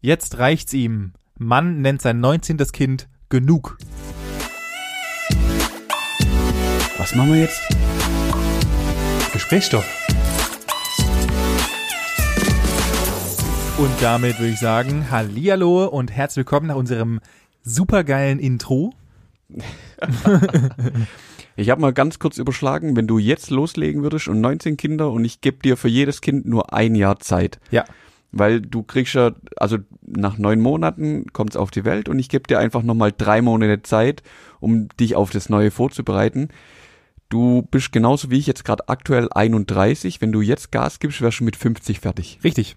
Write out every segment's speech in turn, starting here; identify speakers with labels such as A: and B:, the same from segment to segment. A: Jetzt reicht's ihm. Mann nennt sein 19. Kind genug.
B: Was machen wir jetzt?
C: Gesprächsstoff.
A: Und damit würde ich sagen, Hallihallo und herzlich willkommen nach unserem supergeilen Intro.
B: Ich habe mal ganz kurz überschlagen, wenn du jetzt loslegen würdest und 19 Kinder und ich gebe dir für jedes Kind nur ein Jahr Zeit.
A: Ja.
B: Weil du kriegst ja, also nach neun Monaten kommt es auf die Welt und ich gebe dir einfach nochmal drei Monate Zeit, um dich auf das Neue vorzubereiten. Du bist genauso wie ich jetzt gerade aktuell 31. Wenn du jetzt Gas gibst, wärst du mit 50 fertig.
A: Richtig.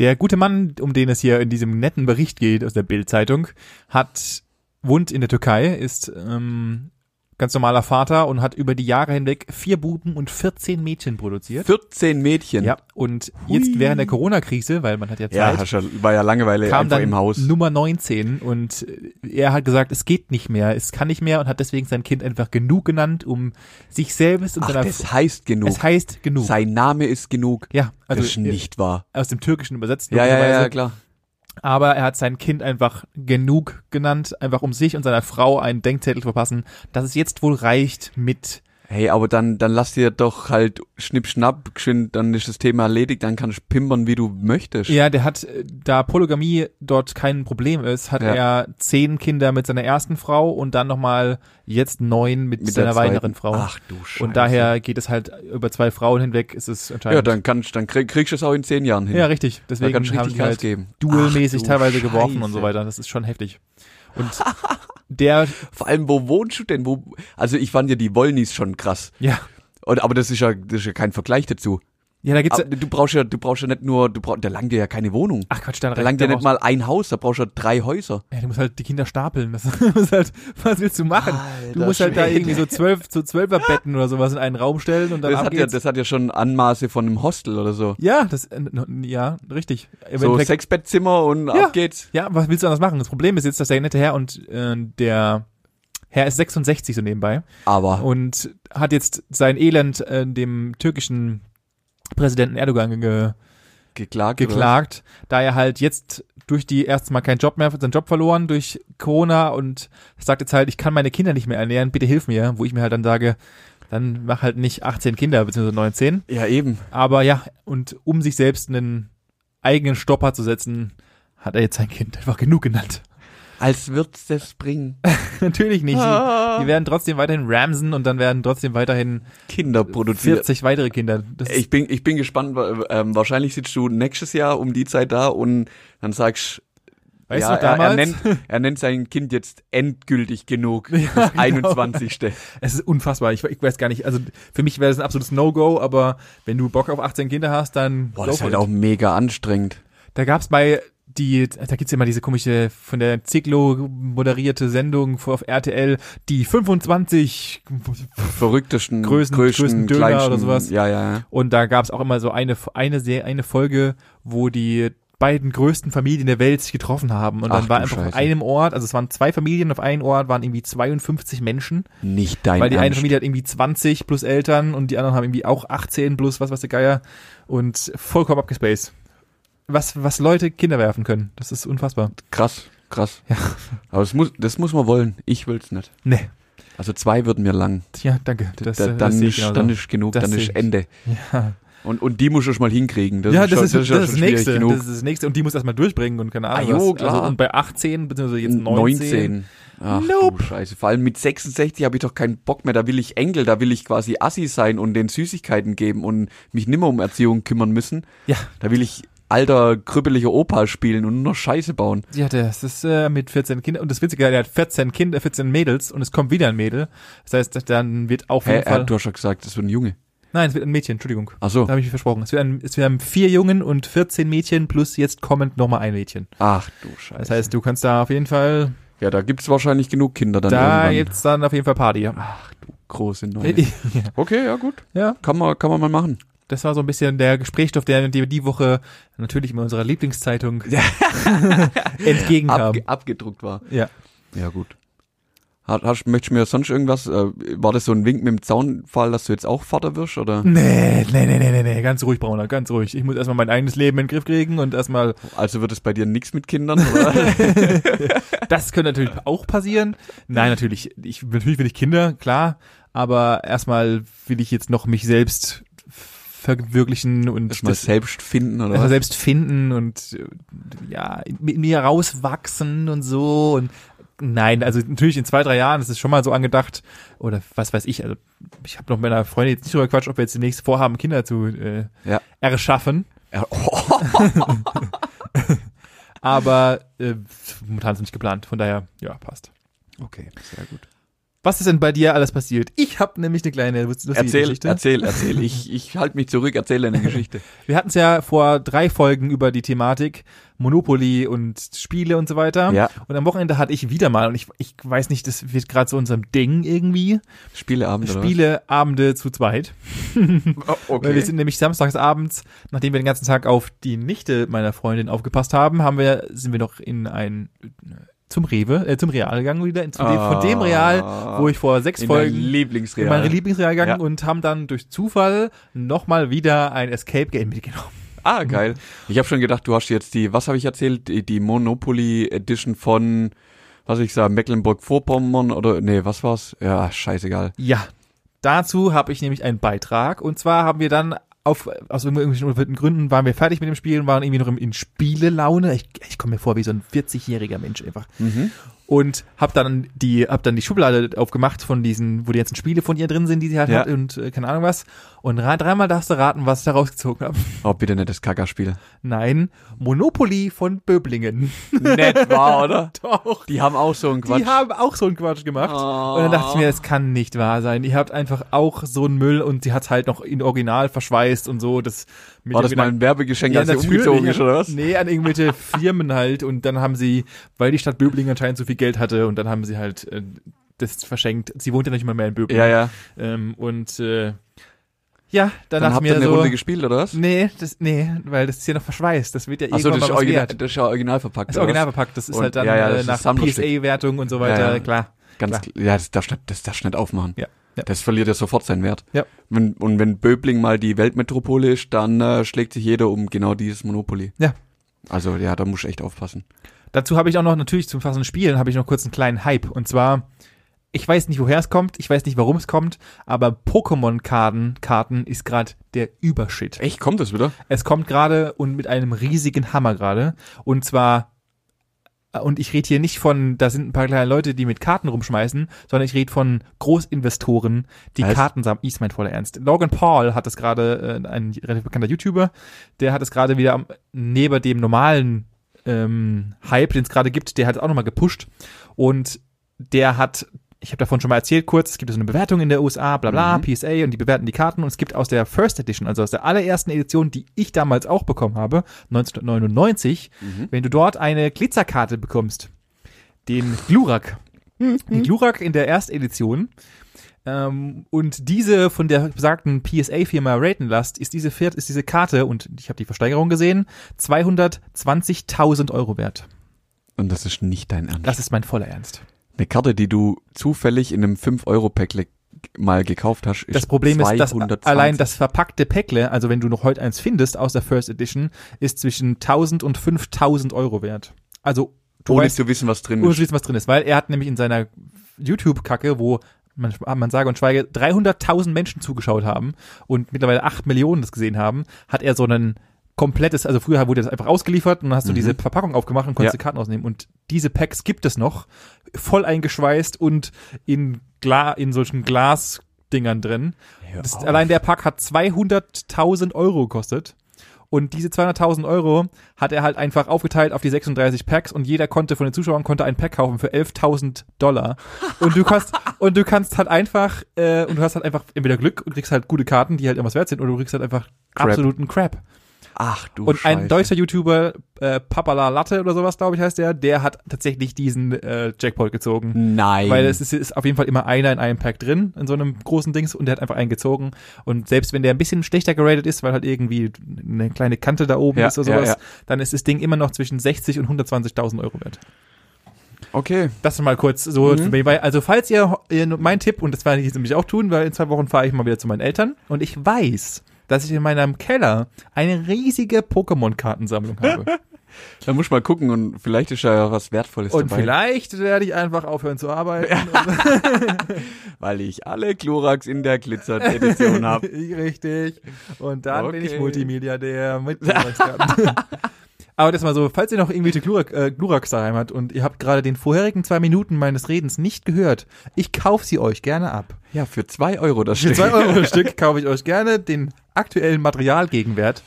A: Der gute Mann, um den es hier in diesem netten Bericht geht aus der Bild-Zeitung, hat wohnt in der Türkei, ist ähm, ganz normaler Vater und hat über die Jahre hinweg vier Buben und 14 Mädchen produziert.
B: 14 Mädchen.
A: Ja. Und jetzt während der Corona-Krise, weil man hat ja
B: Ja,
A: Zeit,
B: hast ja- war ja Langeweile
A: kam
B: Äh, einfach
A: dann
B: im Haus.
A: Nummer 19 und äh, er hat gesagt, es geht nicht mehr, es kann nicht mehr und hat deswegen sein Kind einfach genug genannt, um sich selbst und
B: Ach,
A: seiner
B: das heißt genug.
A: es heißt genug.
B: Sein Name ist genug.
A: ja,
B: Also,
A: also
B: das ist nicht wahr.
A: aus dem Türkischen übersetzt.
B: Ja, ja, ja,
A: logischerweise.
B: klar.
A: Aber er hat sein Kind einfach genug genannt, einfach um sich und seiner Frau einen Denkzettel zu verpassen, dass es jetzt wohl reicht mit
B: Hey, aber dann, dann lass dir doch halt schnipp, schnapp, geschwind, dann ist das Thema erledigt, dann kannst du pimpern, wie du möchtest.
A: Ja, der hat, äh, da Polygamie dort kein Problem ist, hat
B: Ja.
A: er zehn Kinder mit seiner ersten Frau und dann nochmal jetzt neun mit,
B: Mit der
A: seiner
B: zweiten. Ah,
A: weiteren Frau.
B: Ach du Scheiße.
A: und daher geht es halt über zwei Frauen hinweg, ist es
B: Ja,
A: anscheinend.
B: dann kannst, dann krieg, kriegst du es auch in zehn Jahren hin.
A: ja richtig.
B: da
A: Deswegen
B: kannst du
A: haben
B: richtig
A: die
B: Gas
A: halt
B: geben.
A: duelmäßig
B: Ach du
A: teilweise geworfen und so
B: Scheiße.
A: weiter. Das ist schon heftig. Und der,
B: Vor allem, wo wohnst du denn? Wo, also ich fand ja die Wollnis schon krass.
A: ja,
B: Und, aber das ist ja, das ist ja kein Vergleich dazu.
A: ja, da gibt's,
B: Aber du brauchst ja, du brauchst ja nicht nur, du brauchst, da langt dir ja keine Wohnung.
A: ach Quatsch, dann
B: Da langt dir nicht mal ein Haus, da brauchst du ja drei Häuser.
A: Ja, du musst halt die Kinder stapeln. Das ist halt, was willst du machen? du
B: Alter
A: musst halt da
B: Schwede.
A: irgendwie so zwölf, so Zwölferbetten oder sowas in einen Raum stellen und dann
B: Das
A: ab
B: hat, ja,
A: geht's.
B: das hat ja schon Anmaße von einem Hostel oder so.
A: Ja, das, äh, n- ja, richtig. Im
B: So
A: Endeffekt-
B: Sechsbettzimmer und
A: Ja.
B: ab geht's.
A: ja, was willst du anders machen? Das Problem ist jetzt, dass der nette Herr und äh, der Herr ist 66 so nebenbei
B: Aber
A: und hat jetzt sein Elend äh, dem türkischen Präsidenten Erdogan ge
B: geklagt. oder
A: geklagt, da er halt jetzt durch die erstmal keinen Job mehr, seinen Job verloren durch Corona und sagt jetzt halt, ich kann meine Kinder nicht mehr ernähren, bitte hilf mir, wo ich mir halt dann sage, dann mach halt nicht 18 Kinder beziehungsweise 19,
B: was? Ja, eben.
A: aber ja, und um sich selbst einen eigenen Stopper zu setzen, hat er jetzt sein Kind einfach genug genannt.
B: Als wird's das bringen.
A: Natürlich nicht. Die, die
B: Ah,
A: werden trotzdem weiterhin Ramsen und dann werden trotzdem weiterhin
B: Kinder produziert.
A: 40 weitere Kinder. Das ist,
B: Ich bin, ich bin gespannt, wa- ähm, wahrscheinlich sitzt du nächstes Jahr um die Zeit da und dann sagst,
A: weißt
B: ja,
A: du,
B: er, er,
A: damals,
B: nennt, er nennt sein Kind jetzt endgültig genug. das
A: genau.
B: 21.
A: Es ist unfassbar. Ich, ich weiß gar nicht. Also für mich wäre das ein absolutes No-Go, aber wenn du Bock auf 18 Kinder hast, dann.
B: Boah,
A: go
B: das ist
A: for
B: halt
A: it.
B: auch mega anstrengend.
A: Da gab's bei die, da gibt's immer diese komische von der Ziglo moderierte Sendung vor- auf RTL, die 25
B: Verrücktesten,
A: Größen-
B: größten,
A: größten Döner
B: kleinsten,
A: oder sowas.
B: Ja, ja, ja.
A: und da gab's auch immer so eine eine Serie, eine Folge, wo die beiden größten Familien der Welt sich getroffen haben und dann
B: Ach
A: war
B: du
A: einfach auf
B: Scheiße.
A: einem Ort, also es waren zwei Familien auf einem Ort, waren irgendwie 52 Menschen
B: Nicht dein
A: Weil die eine
B: Ernst.
A: Familie hat irgendwie 20 plus Eltern und die anderen haben irgendwie auch 18 plus was weiß der Geier und vollkommen abgespaced. Was, was Leute Kinder werfen können, das ist unfassbar.
B: Krass, krass. Aber das muss, das muss man wollen. Ich will's nicht.
A: Nee.
B: Also zwei würden mir lang.
A: Ja, danke. Das,
B: da,
A: äh,
B: dann,
A: das sehe ich
B: ist,
A: genauso.
B: dann ist genug,
A: Das
B: dann
A: sehe
B: ist
A: ich.
B: Ende.
A: ja,
B: Und, und die musst du schon mal hinkriegen. Das
A: ja
B: ist schon,
A: das ist das, ist
B: schon
A: das
B: schwierig
A: nächste.
B: genug.
A: Das ist das nächste und die muss erstmal durchbringen und keine Ahnung.
B: Ah, jo,
A: was.
B: klar.
A: Also, und bei 18 beziehungsweise jetzt 19.
B: Ach
A: Nope.
B: du Scheiße. Vor allem mit 66 habe ich doch keinen Bock mehr. Da will ich Enkel, da will ich quasi Assi sein und den Süßigkeiten geben und mich nimmer um Erziehung kümmern müssen.
A: Ja,
B: Da will ich alter, krüppeliger Opa spielen und nur noch Scheiße bauen.
A: ja, das ist äh, mit 14 Kindern und das Witzige, der hat 14 Kinder, 14 Mädels und es kommt wieder ein Mädel. Das heißt, dann wird auf
B: Hä,
A: jeden
B: äh,
A: Fall
B: du hast schon gesagt, das wird ein Junge.
A: Nein, es wird ein Mädchen, Entschuldigung.
B: Ach so.
A: Da habe ich mich versprochen. Es werden, es werden vier Jungen und 14 Mädchen plus jetzt kommend nochmal ein Mädchen.
B: Ach du Scheiße.
A: Das heißt, du kannst da auf jeden Fall,
B: ja, da gibt's wahrscheinlich genug Kinder dann
A: da
B: irgendwann. Ah,
A: gibt's dann auf jeden Fall Party. Ja.
B: Große Neue. Okay, ja gut.
A: ja,
B: Kann man, kann man mal machen.
A: das war so ein bisschen der Gesprächsstoff, der die, die Woche natürlich in unserer Lieblingszeitung entgegenkam.
B: Abge abgedruckt war.
A: Ja.
B: Ja, gut. Hast, hast, möchtest du mir sonst irgendwas? Äh, war das so ein Wink mit dem Zaunfall, dass du jetzt auch Vater wirst? Oder?
A: Nee, nee, nee, nee, nee, nee, ganz ruhig, Brauner, ganz ruhig. Ich muss erstmal mein eigenes Leben in den Griff kriegen und erstmal.
B: Also wird es bei dir nichts mit Kindern? Oder?
A: Das könnte natürlich auch passieren. Nein, natürlich, ich, natürlich will ich Kinder, klar. Aber erstmal will ich jetzt noch mich selbst verwirklichen und
B: Erstmal
A: das-
B: selbst finden oder
A: erstmal
B: was?
A: Also selbst finden und äh, ja, in, in mir rauswachsen und so und nein, also natürlich in zwei, drei Jahren, das ist schon mal so angedacht oder was weiß ich, also ich habe noch mit meiner Freundin jetzt nicht drüber gequatscht, ob wir jetzt demnächst vorhaben, Kinder zu äh,
B: Ja.
A: erschaffen,
B: Ja, oh,
A: aber äh, momentan ist nicht geplant, von daher, ja, passt.
B: okay, sehr gut.
A: Was ist denn bei dir alles passiert? Ich habe nämlich eine kleine lustige
B: Erzähl,
A: Geschichte.
B: erzähl, erzähl. Ich, ich halte mich zurück, erzähl deine Geschichte.
A: Wir hatten es ja vor drei Folgen über die Thematik Monopoly und Spiele und so weiter.
B: Ja.
A: Und am Wochenende hatte ich wieder mal, und ich, ich weiß nicht, das wird gerade zu unserem Ding irgendwie,
B: Spieleabend oder
A: Spieleabende zu zweit.
B: was? Oh,
A: Weil wir sind nämlich samstagsabends, nachdem wir den ganzen Tag auf die Nichte meiner Freundin aufgepasst haben, haben wir, sind wir noch in ein zum Rewe, äh, zum Real gegangen wieder, in- zu dem, von dem Real, wo ich vor sechs
B: Ah. in
A: Folgen
B: dein Lieblingsreal.
A: in mein Lieblingsreal gegangen
B: Ja.
A: und haben dann durch Zufall nochmal wieder ein Escape Game mitgenommen.
B: Ah,
A: Mhm.
B: geil. Ich habe schon gedacht, du hast jetzt die, was habe ich erzählt, die, die Monopoly Edition von, was ich sage, Mecklenburg-Vorpommern oder, nee, was war's? Ja, scheißegal.
A: Ja, dazu habe ich nämlich einen Beitrag. Und zwar haben wir dann auf, aus irgendwelchen unerfüllten Gründen waren wir fertig mit dem Spiel und waren irgendwie noch im- in Spielelaune. Ich, ich komme mir vor wie so ein 40-jähriger Mensch einfach.
B: Mhm.
A: Und habe dann die hab dann die Schublade aufgemacht von diesen, wo die ganzen Spiele von ihr drin sind, die sie halt
B: Ja.
A: hat und äh, keine Ahnung was. Und ra- dreimal darfst du raten, was ich da rausgezogen habe.
B: Oh, bitte nicht das Kackerspiel.
A: Nein, Monopoly von Böblingen.
B: Nett war, oder?
A: Doch.
B: Die haben auch so einen Quatsch.
A: Die haben auch so einen Quatsch gemacht.
B: Oh.
A: Und dann dachte ich mir, das kann nicht wahr sein. Ihr habt einfach auch so einen Müll und sie hat halt noch in Original verschweißt und so. Das mit
B: war
A: dem
B: das mal ein Werbegeschenk,
A: Ja,
B: als sie
A: natürlich.
B: umgezogen ist, oder was?
A: Nee, an irgendwelche Firmen halt. Und dann haben sie, weil die Stadt Böblingen anscheinend so viel Geld hatte, und dann haben sie halt äh, das verschenkt. Sie wohnt ja nicht mal mehr in Böblingen.
B: Ja, ja.
A: Ähm, und äh, ja, dann, dachte
B: Dann
A: ich
B: habt ihr
A: mir
B: eine
A: so,
B: Runde gespielt, oder was?
A: nee, das, nee, weil das ist ja noch verschweißt. Das wird ja
B: Achso,
A: irgendwann
B: das, ist
A: mal was
B: original-
A: wert.
B: das ist ja original verpackt.
A: Das
B: oder was?
A: Original verpackt, das ist
B: Und-
A: halt dann
B: ja, ja,
A: äh,
B: das
A: nach
B: ist Sammlerstück.
A: PSA-Wertung und so weiter,
B: Ja, ja.
A: klar.
B: Ganz klar. Ja, das darfst, du nicht- das darfst du nicht aufmachen.
A: Ja, ja.
B: Das verliert ja sofort seinen Wert.
A: Ja.
B: Wenn, und wenn Böbling mal die Weltmetropole ist, dann äh, schlägt sich jeder um genau dieses Monopoly.
A: Ja.
B: Also ja, da musst du echt aufpassen.
A: Dazu habe ich auch noch natürlich zum fassenden Spielen habe ich noch kurz einen kleinen Hype und zwar ich weiß nicht woher es kommt, ich weiß nicht warum es kommt, aber Pokémon Karten Karten ist gerade der Übershit.
B: Echt, kommt das wieder?
A: Es kommt gerade und mit einem riesigen Hammer gerade und zwar äh, und ich rede hier nicht von, da sind ein paar kleine Leute, die mit Karten rumschmeißen, sondern ich rede von Großinvestoren, die
B: Was?
A: Karten sammeln. Ist mein voller Ernst. Logan Paul hat das gerade, äh, ein relativ bekannter YouTuber, der hat es gerade wieder am, neben dem normalen ähm, Hype, den es gerade gibt, der hat es auch nochmal gepusht. Und der hat, ich habe davon schon mal erzählt kurz, es gibt so eine Bewertung in der USA, bla bla,
B: Mhm.
A: PSA und die bewerten die Karten. Und es gibt aus der First Edition, also aus der allerersten Edition, die ich damals auch bekommen habe, 1999, wenn du dort eine Glitzerkarte bekommst, den Glurak. Den Glurak in der Erstedition. Ähm, und diese von der besagten PSA-Firma Ratenlast ist diese, Viert- ist diese Karte, und ich habe die Versteigerung gesehen, 220.000 Euro wert.
B: Und das ist nicht dein Ernst.
A: Das ist mein voller Ernst.
B: Eine Karte, die du zufällig in einem 5-Euro-Pack mal gekauft hast, ist
A: Das Problem ist, dass
B: 220.
A: allein das verpackte Päckle, also wenn du noch heute eins findest aus der First Edition, ist zwischen 1000 und 5000 Euro wert. Also, du
B: ohne
A: weißt
B: zu wissen, was drin ist.
A: unschließen, was drin ist, weil er hat nämlich in seiner YouTube-Kacke, wo man, man sage und schweige 300.000 Menschen zugeschaut haben und mittlerweile 8 Millionen das gesehen haben, hat er so einen komplettes, also früher wurde das einfach ausgeliefert und dann hast du diese Verpackung aufgemacht und konntest
B: Mhm. Ja.
A: die Karten ausnehmen und diese Packs gibt es noch, voll eingeschweißt und in, Gla in solchen Glasdingern drin. Das,
B: auf.
A: allein der Pack hat 200.000 Euro gekostet. Und diese 200.000 Euro hat er halt einfach aufgeteilt auf die 36 Packs und jeder konnte von den Zuschauern konnte ein Pack kaufen für 11.000 Dollar. Und du kannst und du kannst halt einfach äh, und du hast halt einfach entweder Glück und kriegst halt gute Karten, die halt irgendwas wert sind, oder du kriegst halt einfach
B: Crap.
A: absoluten Crap.
B: Ach du
A: Und
B: Scheiße.
A: ein deutscher YouTuber, äh, Papala Latte oder sowas, glaube ich, heißt der, der hat tatsächlich diesen äh, Jackpot gezogen.
B: Nein.
A: Weil es ist, ist auf jeden Fall immer einer in einem Pack drin, in so einem großen Dings, und der hat einfach einen gezogen. Und selbst wenn der ein bisschen schlechter geratet ist, weil halt irgendwie eine kleine Kante da oben
B: Ja,
A: ist oder
B: ja,
A: sowas,
B: ja.
A: dann ist das Ding immer noch zwischen 60 und 120.000 Euro wert.
B: Okay.
A: Das mal kurz so
B: Mhm.
A: nebenbei. Also falls ihr, ihr mein Tipp, und das werde ich jetzt nämlich auch tun, weil in zwei Wochen fahre ich mal wieder zu meinen Eltern und ich weiß, dass ich in meinem Keller eine riesige Pokémon-Kartensammlung habe.
B: Dann muss ich mal gucken und vielleicht ist ja was Wertvolles
A: Und
B: dabei.
A: vielleicht werde ich einfach aufhören zu arbeiten.
B: Weil ich alle Clorax in der Glitzert-Edition habe.
A: Richtig. Und dann bin ich
B: Okay.
A: Multimilliardär mit Glurax-Karten. Aber das mal so, falls ihr noch irgendwelche Glurak, äh, Gluraks daheim habt und ihr habt gerade den vorherigen zwei Minuten meines Redens nicht gehört, ich kaufe sie euch gerne ab.
B: Ja, für zwei Euro das
A: Für
B: Stück.
A: 2 Euro das Stück kaufe ich euch gerne den aktuellen Materialgegenwert,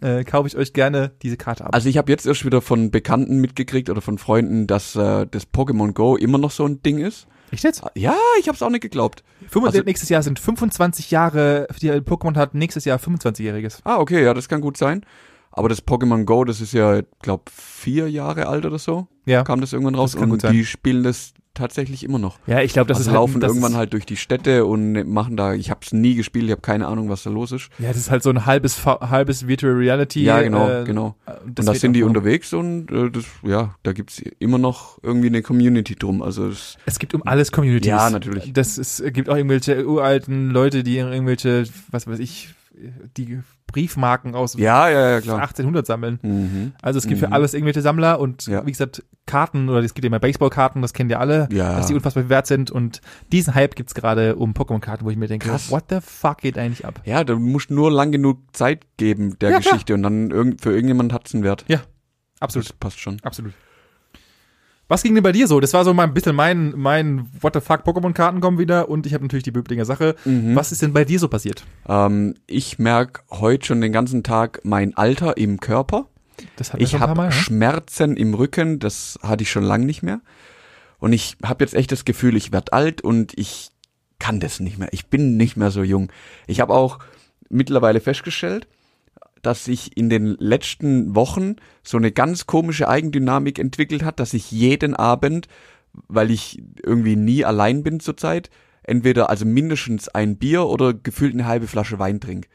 A: äh, kaufe ich euch gerne diese Karte ab.
B: Also ich habe jetzt erst wieder von Bekannten mitgekriegt oder von Freunden, dass äh, das Pokémon Go immer noch so ein Ding ist.
A: ich jetzt?
B: Ja, ich habe es auch nicht geglaubt. also-
A: nächstes Jahr sind 25 Jahre, die Pokémon hat nächstes Jahr 25-Jähriges.
B: Ah, okay, ja, das kann gut sein. Aber das Pokémon Go, das ist ja, glaube vier Jahre alt oder so.
A: Ja.
B: Kam das irgendwann raus
A: Das kann gut
B: und
A: sein.
B: die spielen das tatsächlich immer noch.
A: Ja, ich glaube, das
B: also
A: ist
B: laufen
A: halt, das
B: irgendwann
A: ist,
B: halt durch die Städte und machen da, ich habe es nie gespielt, ich habe keine Ahnung, was da los ist.
A: Ja, das ist halt so ein halbes Fa- halbes Virtual Reality.
B: ja, genau,
A: äh,
B: genau.
A: das
B: und da
A: wird
B: sind die
A: auch-
B: unterwegs und äh, das, ja, da gibt's immer noch irgendwie eine Community drum. Also das,
A: Es gibt um alles Communities.
B: Ja, natürlich.
A: Das ist, es gibt auch irgendwelche uralten Leute, die irgendwelche, was weiß ich, die Briefmarken aus
B: ja, ja, ja, klar.
A: 1800 sammeln.
B: Mhm.
A: Also es gibt für
B: Mhm.
A: alles irgendwelche Sammler und
B: Ja.
A: wie gesagt Karten oder es gibt ja immer Baseballkarten, das kennt ihr alle,
B: Ja.
A: dass die unfassbar viel wert sind und diesen Hype gibt's gerade um Pokémon-Karten, wo ich mir denke,
B: Krass.
A: what the fuck geht eigentlich ab?
B: Ja, du musst nur lang genug Zeit geben der
A: Ja, klar.
B: Geschichte und dann irgend, für irgendjemand hat's einen Wert.
A: Absolut,
B: Das passt schon.
A: absolut. Was ging denn bei dir so? Das war so mal ein bisschen mein, mein What the fuck Pokémon-Karten kommen wieder und ich habe natürlich die Böblinger Sache.
B: Mhm.
A: Was ist denn bei dir so passiert?
B: Ähm, ich merk heute schon den ganzen Tag mein Alter im Körper.
A: Das hatten wir
B: Ich
A: schon ein paar
B: habe
A: Mal. ne?
B: Schmerzen im Rücken, das hatte ich schon lange nicht mehr. Und ich habe jetzt echt das Gefühl, ich werd alt und ich kann das nicht mehr. Ich bin nicht mehr so jung. Ich habe auch mittlerweile festgestellt, dass sich in den letzten Wochen so eine ganz komische Eigendynamik entwickelt hat, dass ich jeden Abend, weil ich irgendwie nie allein bin zurzeit, entweder also mindestens ein Bier oder gefühlt eine halbe Flasche Wein trink.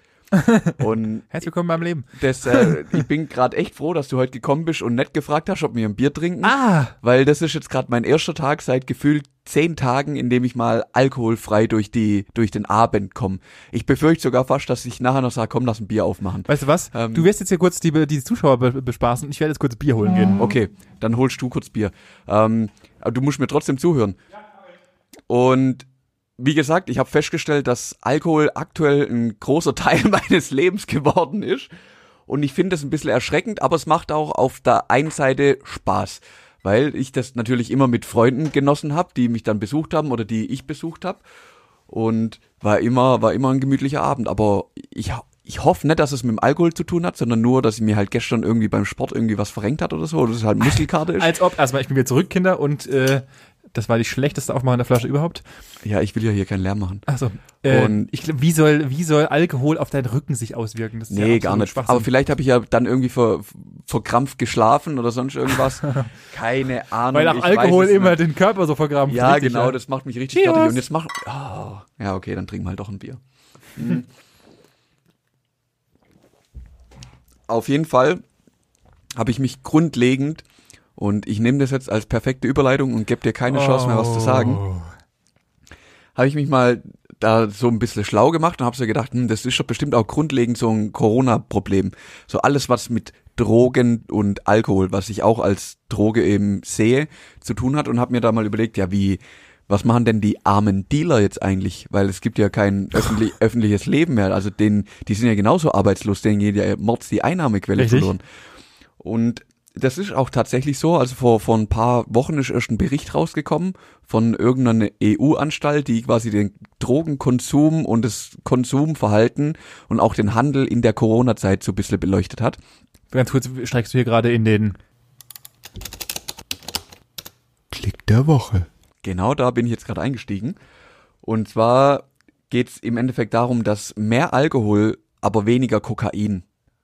B: Und
A: Herzlich willkommen beim Leben.
B: das, äh, ich bin gerade echt froh, dass du heute gekommen bist und nett gefragt hast, ob wir ein Bier trinken.
A: Ah,
B: Weil das ist jetzt gerade mein erster Tag seit gefühlt zehn Tagen, in dem ich mal alkoholfrei durch, die, durch den Abend komme. Ich befürchte sogar fast, dass ich nachher noch sage, komm, lass ein Bier aufmachen.
A: weißt du was?
B: Ähm,
A: du wirst jetzt hier kurz die, die Zuschauer be- bespaßen. Ich werde jetzt kurz Bier holen gehen.
B: Okay, dann holst du kurz Bier. Ähm, aber du musst mir trotzdem zuhören. Und wie gesagt, ich habe festgestellt, dass Alkohol aktuell ein großer Teil meines Lebens geworden ist. Und ich finde das ein bisschen erschreckend, aber es macht auch auf der einen Seite Spaß, weil ich das natürlich immer mit Freunden genossen habe, die mich dann besucht haben oder die ich besucht habe. Und war immer, war immer ein gemütlicher Abend. Aber ich, ho- ich hoffe nicht, dass es mit dem Alkohol zu tun hat, sondern nur, dass ich mir halt gestern irgendwie beim Sport irgendwie was verrenkt hat oder so, oder dass es halt Muskelkarte ist.
A: Als ob, erstmal, ich bin wieder zurück, Kinder, und äh, das war die schlechteste Aufmachen der Flasche überhaupt.
B: Ja, ich will ja hier keinen Lärm machen.
A: Achso. Äh,
B: Und-
A: ich glaub, wie soll, wie soll Alkohol auf deinen Rücken sich auswirken? Das ist
B: Nee,
A: ja
B: gar
A: absolut
B: nicht.
A: Schwachsinn.
B: Aber vielleicht habe ich ja dann irgendwie ver, verkrampft geschlafen oder sonst irgendwas. Keine Ahnung.
A: Weil nach
B: ich weiß
A: Alkohol
B: es
A: immer
B: nicht.
A: den Körper so vergraben.
B: Ja,
A: Richtig,
B: genau,
A: ja.
B: das macht mich richtig
A: Cheers.
B: fertig. Und jetzt mach. Oh, ja, okay, dann trinken wir halt doch ein Bier. Mhm. Auf jeden Fall habe ich mich grundlegend und ich nehme das jetzt als perfekte Überleitung und gebe dir keine Chance mehr, was zu sagen
A: Oh.
B: habe ich mich mal da so ein bisschen schlau gemacht und habe so gedacht, hm, das ist doch bestimmt auch grundlegend so ein Corona-Problem. So alles, was mit Drogen und Alkohol, was ich auch als Droge eben sehe, zu tun hat und habe mir da mal überlegt, ja, wie, was machen denn die armen Dealer jetzt eigentlich? Weil es gibt ja kein öffentlich, öffentliches Leben mehr. Also denen, die sind ja genauso arbeitslos, denen geht ja Mords die Einnahmequelle
A: Richtig.
B: verloren. Und das ist auch tatsächlich so. Also vor, vor ein paar Wochen ist erst ein Bericht rausgekommen von irgendeiner EU-Anstalt, die quasi den Drogenkonsum und das Konsumverhalten und auch den Handel in der Corona-Zeit so ein bisschen beleuchtet hat.
A: Ganz kurz, steigst du hier gerade in den.
C: Klick der Woche.
B: Genau da bin ich jetzt gerade eingestiegen. Und zwar geht's im Endeffekt darum, dass mehr Alkohol, aber weniger Kokain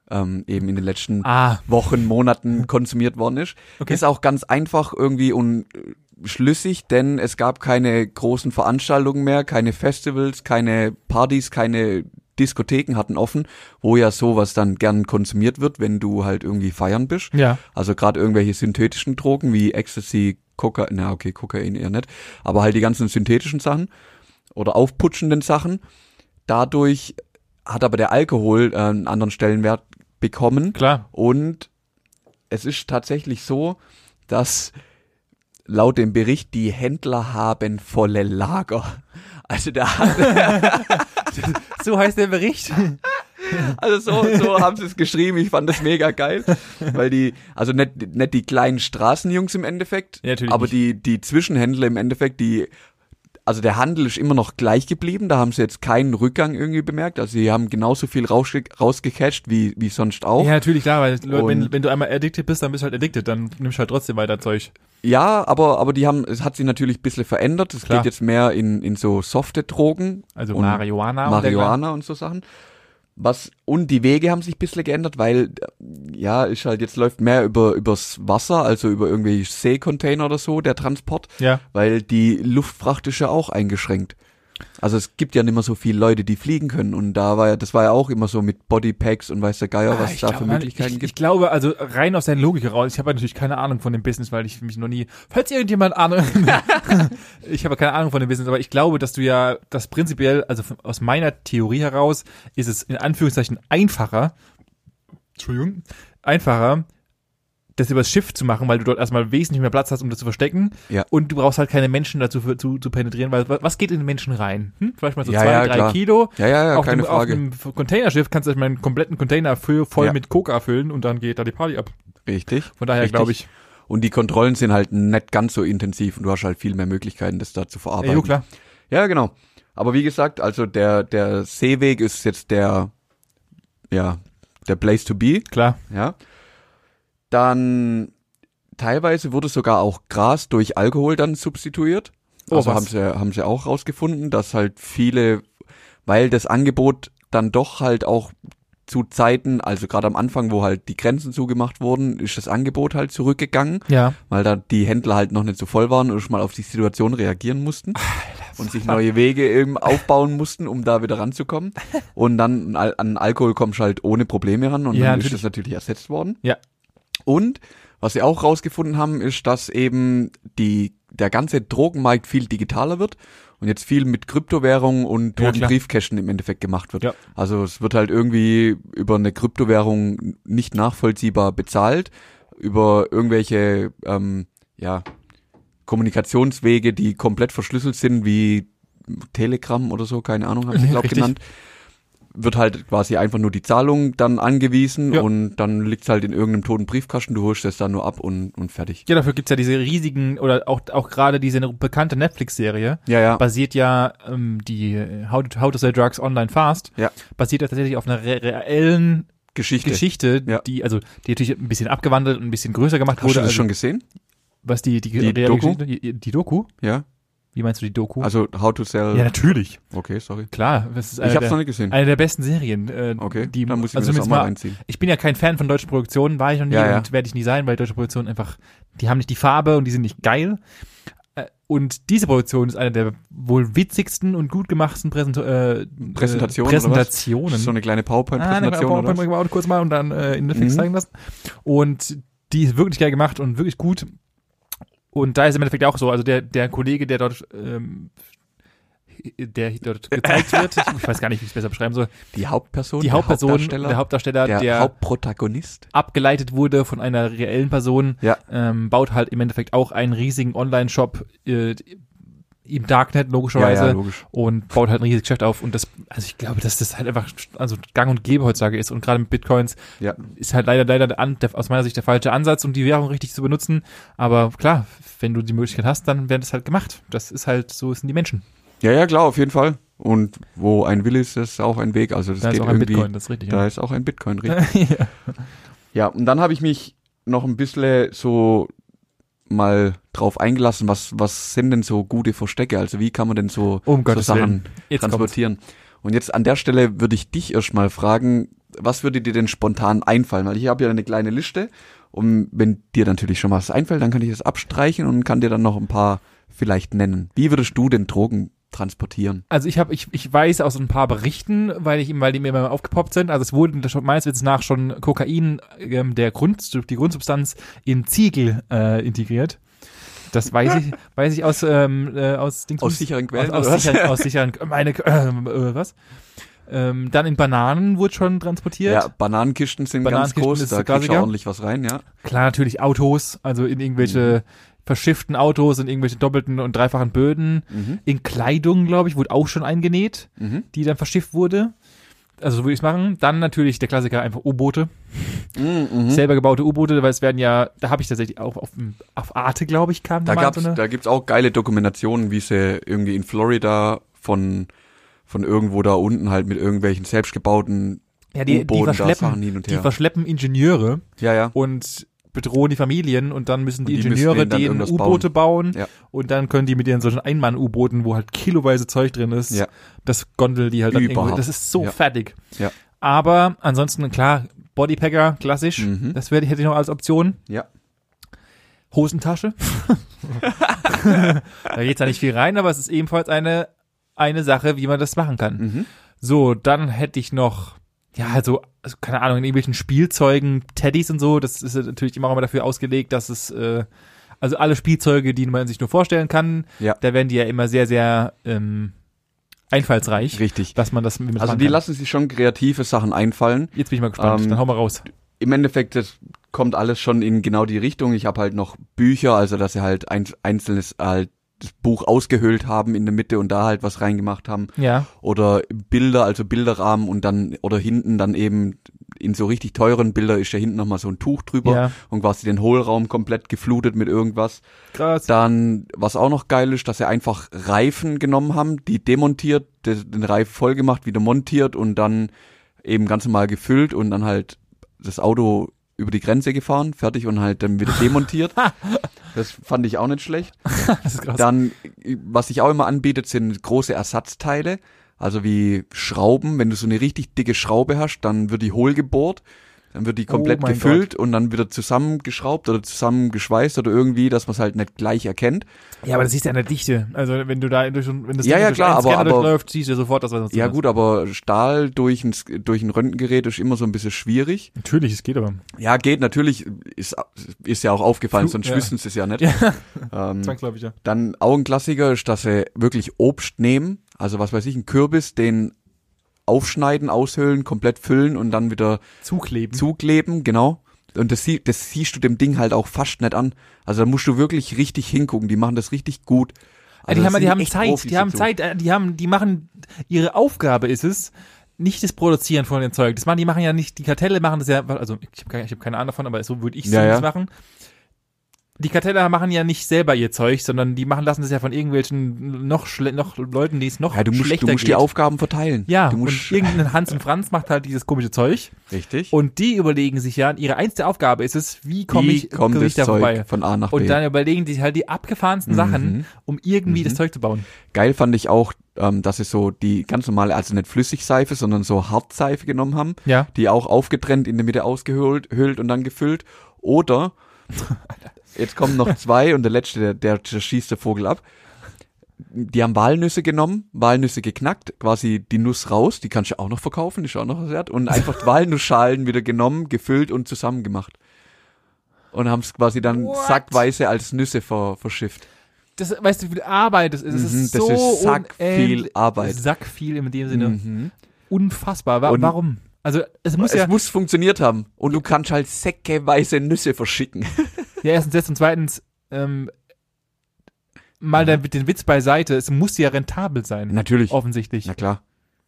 B: ähm, eben in den letzten
A: Ah,
B: Wochen, Monaten konsumiert worden ist.
A: Okay.
B: Ist auch ganz einfach irgendwie und äh, schlüssig, denn es gab keine großen Veranstaltungen mehr, keine Festivals, keine Partys, keine Diskotheken hatten offen, wo ja sowas dann gern konsumiert wird, wenn du halt irgendwie feiern bist.
A: Ja.
B: Also gerade irgendwelche synthetischen Drogen wie Ecstasy, Kokain, na okay, Kokain eher nicht, aber halt die ganzen synthetischen Sachen oder aufputschenden Sachen. Dadurch hat aber der Alkohol äh, einen anderen Stellenwert bekommen.
A: Klar.
B: Und es ist tatsächlich so, dass laut dem Bericht die Händler haben volle Lager. Also da hat,
A: So heißt der Bericht.
B: also so, so haben sie es geschrieben. Ich fand das mega geil, weil die also nicht, nicht die kleinen Straßenjungs im Endeffekt,
A: Ja, natürlich
B: aber
A: nicht.
B: die die Zwischenhändler im Endeffekt, die also der Handel ist immer noch gleich geblieben, da haben sie jetzt keinen Rückgang irgendwie bemerkt. Also sie haben genauso viel rausge rausgecatcht wie wie sonst auch.
A: Ja, natürlich, klar, weil Leute, wenn,
B: Oh. Und-
A: wenn du einmal addicted bist, dann bist du halt addicted, dann nimmst du halt trotzdem weiter Zeug.
B: Ja, aber, aber die haben, es hat sich natürlich ein bisschen verändert. Es
A: Klar.
B: geht jetzt mehr in, in so softe Drogen.
A: Also
B: und
A: Marihuana. und dergleichen.
B: Marihuana und so Sachen. Was, und die Wege haben sich ein bisschen geändert, weil, äh, ja, ist halt, jetzt läuft mehr über, übers Wasser, also über irgendwelche Seekontainer oder so, der Transport,
A: Ja.
B: weil die Luftfracht ist ja auch eingeschränkt. Also es gibt ja nicht mehr so viele Leute, die fliegen können und da war ja, das war ja auch immer so mit Bodypacks und weiß der Geier,
A: Ah,
B: was
A: ich
B: da
A: glaube,
B: für
A: man-
B: Möglichkeiten
A: ich,
B: gibt.
A: ich glaube, also rein aus der Logik heraus, ich habe halt natürlich keine Ahnung von dem Business, weil ich mich noch nie. Falls irgendjemand Ahnung. ich habe keine Ahnung von dem Business, aber ich glaube, dass du ja das prinzipiell, also von, aus meiner Theorie heraus, ist es in Anführungszeichen einfacher, Entschuldigung, einfacher, das übers Schiff zu machen, weil du dort erstmal wesentlich mehr Platz hast, um das zu verstecken.
B: Ja.
A: Und du brauchst halt keine Menschen dazu für, zu, zu penetrieren, weil wa- was geht in den Menschen rein? Hm? Vielleicht mal so
B: Ja,
A: zwei,
B: ja,
A: drei
B: klar.
A: Kilo
B: Ja, ja, ja,
A: auf,
B: keine
A: dem,
B: Frage.
A: auf einem Containerschiff kannst du erstmal einen kompletten Container für, voll
B: Ja.
A: mit Coca füllen und dann geht da die Party ab.
B: Richtig.
A: Von daher
B: Richtig.
A: glaube ich,
B: Und die Kontrollen sind halt nicht ganz so intensiv und du hast halt viel mehr Möglichkeiten, das da zu
A: ey,
B: verarbeiten.
A: jo, klar.
B: Ja, genau. Aber wie gesagt, also der, der Seeweg ist jetzt der, ja, der Place to be,
A: Klar.
B: ja. Dann teilweise wurde sogar auch Gras durch Alkohol dann substituiert.
A: Oh,
B: also
A: was?
B: haben sie, haben sie auch rausgefunden, dass halt viele, weil das Angebot dann doch halt auch zu Zeiten, also gerade am Anfang, wo halt die Grenzen zugemacht wurden, ist das Angebot halt zurückgegangen
A: Ja.
B: weil da die Händler halt noch nicht so voll waren und schon mal auf die Situation reagieren mussten und sich neue Wege eben aufbauen mussten, um da wieder ranzukommen. Und dann an- an Alkohol kommst du halt ohne Probleme ran und
A: Ja,
B: dann
A: natürlich.
B: ist das natürlich ersetzt worden.
A: Ja.
B: Und was sie auch rausgefunden haben, ist, dass eben die, der ganze Drogenmarkt viel digitaler wird und jetzt viel mit Kryptowährungen und
A: Ja,
B: toten
A: klar.
B: Briefkästen im Endeffekt gemacht wird.
A: Ja.
B: Also es wird halt irgendwie über eine Kryptowährung nicht nachvollziehbar bezahlt, über irgendwelche ähm, ja, Kommunikationswege, die komplett verschlüsselt sind, wie Telegram oder so, keine Ahnung, haben sie glaube
A: Richtig.
B: genannt. Wird halt quasi einfach nur die Zahlung dann angewiesen
A: Ja.
B: und dann liegt's halt in irgendeinem toten Briefkasten, du holst es dann nur ab und, und fertig.
A: Ja, dafür gibt's ja diese riesigen, oder auch, auch gerade diese bekannte Netflix-Serie,
B: Ja, ja.
A: basiert ja ähm, die äh, How to, How to Sell Drugs Online Fast,
B: Ja.
A: basiert ja tatsächlich auf einer re reellen
B: Geschichte.
A: Geschichte,
B: Ja.
A: die, also die natürlich ein bisschen abgewandelt und ein bisschen größer gemacht
B: Hast du
A: wurde.
B: das
A: also,
B: schon gesehen?
A: was die, die, reelle
B: Doku?
A: Geschichte- Die, die Doku?
B: Ja.
A: Wie meinst du die Doku?
B: Also How to Sell.
A: Oh. ja, natürlich.
B: Okay, sorry.
A: Klar. Das ist eine
B: Ich hab's
A: der-
B: noch nicht gesehen.
A: Eine der besten Serien. Äh,
B: Okay,
A: die,
B: dann muss ich
A: also
B: mir
A: zumindest
B: das auch mal
A: mal-
B: reinziehen.
A: Ich bin ja kein Fan von deutschen Produktionen, war ich noch nie
B: Ja, ja.
A: und werde ich nie sein, weil deutsche Produktionen einfach, die haben nicht die Farbe und die sind nicht geil. Äh, Und diese Produktion ist eine der wohl witzigsten und gut gemachten Präsent äh,
B: Präsentation
A: äh,
B: oder was?
A: Präsentationen.
B: So eine kleine
A: Ah, ne,
B: PowerPoint-Präsentation oder
A: PowerPoint
B: was?
A: mal auch kurz mal und dann äh, in Netflix
B: Mhm.
A: zeigen lassen. Und die ist wirklich geil gemacht und wirklich gut. Und da ist im Endeffekt auch so, also der, der Kollege, der dort, ähm, der dort gezeigt wird, ich weiß gar nicht, wie ich es besser beschreiben soll,
B: Die Hauptperson,
A: die
B: der
A: Hauptperson,
B: Hauptdarsteller,
A: der Hauptdarsteller, der,
B: der, Hauptprotagonist.
A: abgeleitet wurde von einer reellen Person,
B: Ja.
A: ähm, baut halt im Endeffekt auch einen riesigen Online-Shop äh, im Darknet logischerweise
B: logisch.
A: und baut halt ein riesiges Geschäft auf. Und das, also ich glaube, dass das halt einfach also gang und gäbe heutzutage ist. Und gerade mit Bitcoins
B: Ja.
A: ist halt leider, leider der, an- der, aus meiner Sicht der falsche Ansatz, um die Währung richtig zu benutzen. Aber klar, wenn du die Möglichkeit hast, dann werden das halt gemacht. Das ist halt, so sind die Menschen.
B: ja, ja, klar, auf jeden Fall. Und wo ein Will ist, ist auch ein Weg. Also das
A: Da
B: geht
A: ist auch ein
B: irgendwie.
A: Bitcoin, das ist richtig.
B: Da ist auch ein Bitcoin richtig.
A: ja.
B: Ja, und dann habe ich mich noch ein bisschen so mal drauf eingelassen, was, was sind denn so gute Verstecke? Also wie kann man denn so,
A: Um
B: so
A: Gottes Willen.
B: Sachen
A: Jetzt kommt's.
B: transportieren? Und jetzt an der Stelle würde ich dich erstmal fragen, was würde dir denn spontan einfallen? Weil ich habe ja eine kleine Liste und wenn dir natürlich schon mal was einfällt, dann kann ich das abstreichen und kann dir dann noch ein paar vielleicht nennen. Wie würdest du denn Drogen transportieren.
A: Also ich habe, ich, ich weiß aus ein paar Berichten, weil ich weil die mir immer aufgepoppt sind. Also es wurde schon- meines Wissens nach schon Kokain, ähm, der Grund, die Grundsubstanz in Ziegel äh, integriert. Das weiß ich, weiß ich aus ähm, äh, aus, Dings,
B: Aus sicheren Quellen,
A: aus, aus,
B: oder was?
A: sicheren, aus sicheren meine äh, äh, was? Ähm, dann in Bananen wurde schon transportiert.
B: Ja, Bananenkisten sind
A: Bananenkisten
B: ganz groß,
A: ist
B: da
A: der
B: kriegst du
A: Klassiker.
B: ordentlich was rein, ja.
A: Klar, natürlich Autos, also in irgendwelche verschifften Autos, in irgendwelche doppelten und dreifachen Böden.
B: Mhm.
A: In Kleidung, glaube ich, wurde auch schon eingenäht,
B: Mhm.
A: die dann verschifft wurde. Also so würde ich es machen. Dann natürlich der Klassiker einfach U-Boote,
B: Mhm, mhm.
A: selber gebaute U-Boote, weil es werden ja, da habe ich tatsächlich auch auf, dem- auf Arte, glaube ich, kam
B: Da,
A: mal
B: gab's,
A: so eine.
B: da gibt's auch geile Dokumentationen, wie sie irgendwie in Florida von, von irgendwo da unten halt mit irgendwelchen selbstgebauten
A: Ja, die, die
B: U-Booten da Sachen
A: verschleppen,
B: hin und
A: die
B: her.
A: verschleppen Ingenieure
B: ja, ja.
A: und bedrohen die Familien und dann müssen die,
B: Und die müssen
A: Ingenieure
B: denen dann
A: denen
B: irgendwas
A: U-Boote bauen,
B: Ja.
A: und dann können die mit ihren solchen Einmann-U-Booten, wo halt kiloweise Zeug drin ist,
B: Ja.
A: das gondeln die halt dann irgendwo.
B: Überhaupt.
A: Das ist so
B: Ja.
A: fertig.
B: Ja.
A: Aber ansonsten, klar, Bodypacker, klassisch,
B: Mhm.
A: das wär, hätte ich noch als Option.
B: Ja.
A: Hosentasche. da geht's ja nicht viel rein, aber es ist ebenfalls eine, eine Sache, wie man das machen kann.
B: Mhm.
A: So, dann hätte ich noch, ja, also, also keine Ahnung, in irgendwelchen Spielzeugen, Teddys und so, das ist ja natürlich immer auch mal dafür ausgelegt, dass es, äh, also alle Spielzeuge, die man sich nur vorstellen kann,
B: Ja.
A: da werden die ja immer sehr, sehr ähm, einfallsreich,
B: Richtig.
A: dass man das, wie man das
B: Also
A: machen
B: die
A: kann.
B: lassen sich schon kreative Sachen einfallen.
A: Jetzt bin ich mal gespannt,
B: Ähm,
A: dann hau mal raus.
B: Im Endeffekt, das kommt alles schon in genau die Richtung. Ich habe halt noch Bücher, also dass sie halt ein einzelnes halt das Buch ausgehöhlt haben in der Mitte und da halt was reingemacht haben.
A: Ja,
B: Oder Bilder, also Bilderrahmen und dann, oder hinten dann eben in so richtig teuren Bilder ist ja hinten nochmal so ein Tuch drüber
A: Ja.
B: und quasi den Hohlraum komplett geflutet mit irgendwas.
A: krass.
B: Dann, was auch noch geil ist, dass sie einfach Reifen genommen haben, die demontiert, de- den Reifen voll gemacht, wieder montiert und dann eben ganz normal gefüllt und dann halt das Auto über die Grenze gefahren, fertig und halt dann wieder demontiert. das fand ich auch nicht schlecht.
A: Das ist krass.
B: Dann, äh, was sich auch immer anbietet, sind große Ersatzteile. Also wie Schrauben. Wenn du so eine richtig dicke Schraube hast, dann wird die hohl gebohrt. Dann wird die komplett
A: Oh mein
B: gefüllt und dann wieder zusammengeschraubt oder zusammengeschweißt oder irgendwie, dass man es halt nicht gleich erkennt.
A: ja, aber das siehst du an der Dichte. Also wenn du da durch, ein- wenn das
B: Ja,
A: Ding
B: ja,
A: durch
B: klar,
A: einen
B: aber-
A: Scanner
B: aber-
A: durchläuft, siehst du sofort, dass was
B: Ja gut, aber Stahl durch ein, Sk- durch ein Röntgengerät ist immer so ein bisschen schwierig.
A: Natürlich, es geht aber.
B: Ja, geht natürlich, ist, ist ja auch aufgefallen,
A: Flu-
B: sonst
A: ja.
B: wüssten sie es ja nicht.
A: Ja.
B: Ähm,
A: Zwangsläufig, ja.
B: Dann auch ein Klassiker ist, dass sie wirklich Obst nehmen, also was weiß ich, einen Kürbis, den aufschneiden, aushöhlen, komplett füllen und dann wieder
A: Zukleben.
B: zukleben, genau. Und das, sie, das siehst du dem Ding halt auch fast nicht an. Also da musst du wirklich richtig hingucken, die machen das richtig gut.
A: Ja,
B: Also
A: die
B: das
A: haben,
B: sind
A: die haben
B: echt
A: Zeit,
B: Profis
A: die haben
B: dazu.
A: Zeit, äh, die haben, die machen, ihre Aufgabe ist es, nicht das Produzieren von dem Zeug. Das machen, die machen ja nicht, die Kartelle machen das ja, also ich habe keine, ich hab keine Ahnung davon, aber so würde ich es
B: Ja,
A: zumindest
B: ja.
A: machen. Die Kartelle machen ja nicht selber ihr Zeug, sondern die machen, lassen das ja von irgendwelchen noch, schle noch Leuten, die es noch
B: Ja, du musst, du
A: schlechter
B: musst
A: geht.
B: die Aufgaben verteilen.
A: ja,
B: du
A: und
B: musst,
A: irgendein Hans und Franz macht halt dieses komische Zeug
B: richtig.
A: und die überlegen sich ja, ihre einzige Aufgabe ist es, wie komme
B: Wie
A: ich,
B: kommt
A: komm ich da
B: das Zeug
A: vorbei?
B: von A nach B.
A: Und dann überlegen die sich halt die abgefahrensten
B: Mhm.
A: Sachen, um irgendwie das Zeug zu bauen.
B: Geil fand ich auch, ähm, dass sie so die ganz normale, also nicht Flüssigseife, sondern so Hartseife genommen haben.
A: Ja.
B: Die auch aufgetrennt in der Mitte ausgehöhlt höhlt und dann gefüllt. Oder, jetzt kommen noch zwei und der letzte, der, der, der schießt der Vogel ab. Die haben Walnüsse genommen, Walnüsse geknackt, quasi die Nuss raus, die kannst du auch noch verkaufen, ist auch noch was wert. Und einfach Walnussschalen wieder genommen, gefüllt und zusammengemacht. Und haben es quasi dann
A: What?
B: sackweise als Nüsse ver, verschifft.
A: das, weißt du, wie viel Arbeit das ist. Es
B: Mhm,
A: ist
B: das
A: so
B: ist sack viel
A: unendlich-
B: Arbeit.
A: Sack viel in dem Sinne.
B: Mhm.
A: Unfassbar. Wa
B: Und-
A: warum? Also es muss
B: es
A: ja,
B: muss funktioniert haben. Und du kannst halt säckeweise Nüsse verschicken.
A: ja erstens das und zweitens ähm, mal der, den Witz beiseite. Es muss ja rentabel sein,
B: Mhm. Natürlich.
A: offensichtlich.
B: Na klar.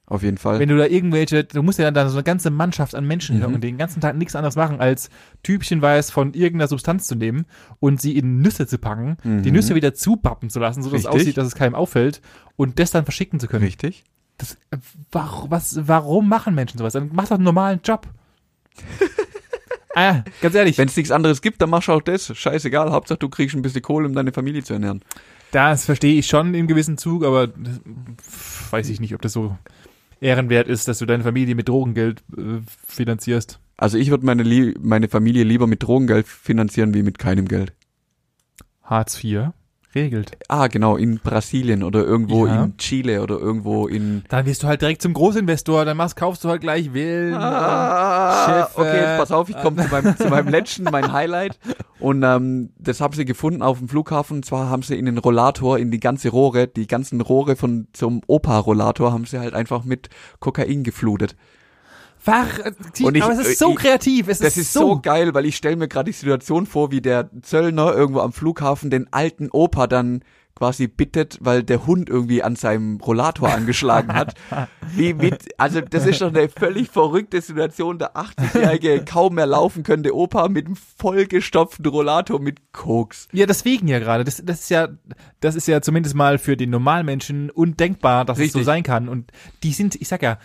B: Auf jeden Fall.
A: Wenn du da irgendwelche, du musst ja dann so eine ganze Mannschaft an Menschen
B: Mhm.
A: und den ganzen Tag nichts anderes machen, als Tübchenweise von irgendeiner Substanz zu nehmen und sie in Nüsse zu packen, die
B: Mhm.
A: Nüsse wieder zupappen zu lassen, sodass es
B: Richtig.
A: aussieht, dass es keinem auffällt und das dann verschicken zu können.
B: Richtig.
A: Das, äh, warum, was, warum machen Menschen sowas? Dann mach doch einen normalen Job. ah, ganz ehrlich,
B: Wenn es nichts anderes gibt, dann machst du auch das. Scheißegal. Hauptsache du kriegst ein bisschen Kohle, um deine Familie zu ernähren.
A: das verstehe ich schon im gewissen Zug, aber das, pff, weiß ich nicht, ob das so ehrenwert ist, dass du deine Familie mit Drogengeld äh, finanzierst.
B: Also ich würde meine, Lie- meine Familie lieber mit Drogengeld finanzieren wie mit keinem Geld.
A: Hartz IV. geregelt.
B: Ah, genau, in Brasilien oder irgendwo
A: Ja.
B: in Chile oder irgendwo in.
A: Dann wirst du halt direkt zum Großinvestor, dann machst, kaufst du halt gleich Willen.
B: Ah,
A: Schiffe.
B: okay, jetzt pass auf, ich komme zu, meinem, zu meinem letzten, mein Highlight. Und ähm, das haben sie gefunden auf dem Flughafen. Und zwar haben sie in den Rollator, in die ganze Rohre, die ganzen Rohre von zum Opa-Rollator haben sie halt einfach mit Kokain geflutet.
A: Fach, äh,
B: Und ich- äh,
A: aber es ist so
B: ich-
A: kreativ. Es
B: Das ist so, geil, weil ich stelle mir gerade die Situation vor, wie der Zöllner irgendwo am Flughafen den alten Opa dann quasi bittet, weil der Hund irgendwie an seinem Rollator angeschlagen hat. Wie mit, also das ist doch eine völlig verrückte Situation, der 80-jährige kaum mehr laufen könnte Opa mit einem vollgestopften Rollator mit Koks.
A: Ja, deswegen ja gerade. Das, das ist ja, das ist ja zumindest mal für den Normalmenschen undenkbar, dass
B: Richtig.
A: es so sein kann. Und die sind, ich sag ja,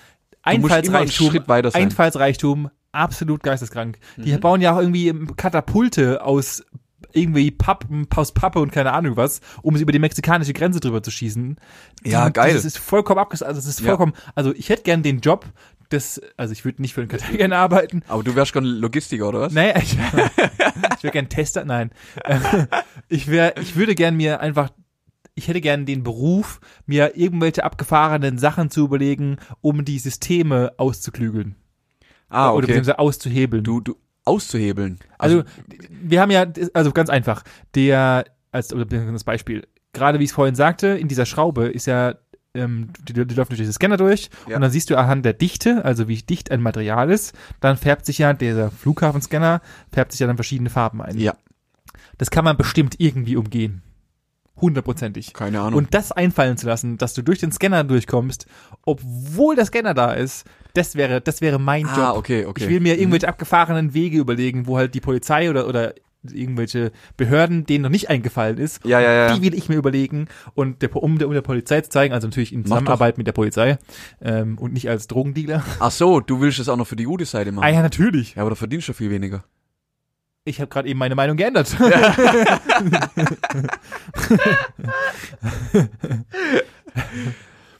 B: musst immer einen
A: Einfallsreichtum,
B: Schritt weiter sein. Mhm.
A: Einfallsreichtum, absolut geisteskrank. Die bauen ja auch irgendwie Katapulte aus irgendwie Papp, aus Pappe und keine Ahnung was, um sie über die mexikanische Grenze drüber zu schießen.
B: Ja,
A: Die-
B: geil.
A: Das ist vollkommen abges, also das ist
B: Ja.
A: vollkommen, also ich hätte gern den Job, das, also ich würde nicht für den Kartell gerne arbeiten,
B: Aber du wärst schon Logistiker, oder was?
A: Naja, ich, ich wäre gern Tester, nein. Ähm, Ich, wär, ich würde gern mir einfach, ich hätte gern den Beruf, mir irgendwelche abgefahrenen Sachen zu überlegen, um die Systeme auszuklügeln.
B: Ah,
A: Oder
B: okay.
A: beziehungsweise auszuhebeln.
B: Du, du auszuhebeln.
A: also, wir haben ja, also ganz einfach, der, als oder beziehungsweise das Beispiel, gerade wie ich es vorhin sagte, in dieser Schraube ist ja, ähm, die, die läuft durch diesen Scanner durch
B: Ja.
A: und dann siehst du anhand der Dichte, also wie dicht ein Material ist, dann färbt sich ja dieser Flughafenscanner, färbt sich ja dann verschiedene Farben ein.
B: ja,
A: Das kann man bestimmt irgendwie umgehen. Hundertprozentig.
B: keine Ahnung.
A: Und das einfallen zu lassen, dass du durch den Scanner durchkommst, obwohl der Scanner da ist, das wäre, das wäre mein
B: ah,
A: Job.
B: okay, okay.
A: Ich will mir irgendwelche abgefahrenen Wege überlegen, wo halt die Polizei oder, oder irgendwelche Behörden, denen noch nicht eingefallen ist.
B: Ja, ja, ja.
A: Die will ich mir überlegen und der, um, der, um der Polizei zu zeigen, also natürlich in
B: Mach doch.
A: Zusammenarbeit mit der Polizei ähm, und nicht als Drogendealer.
B: Ach so, du willst das auch noch für die gute Seite machen.
A: Ah ja, natürlich.
B: Ja, aber da verdienst du viel weniger.
A: Ich habe gerade eben meine Meinung geändert.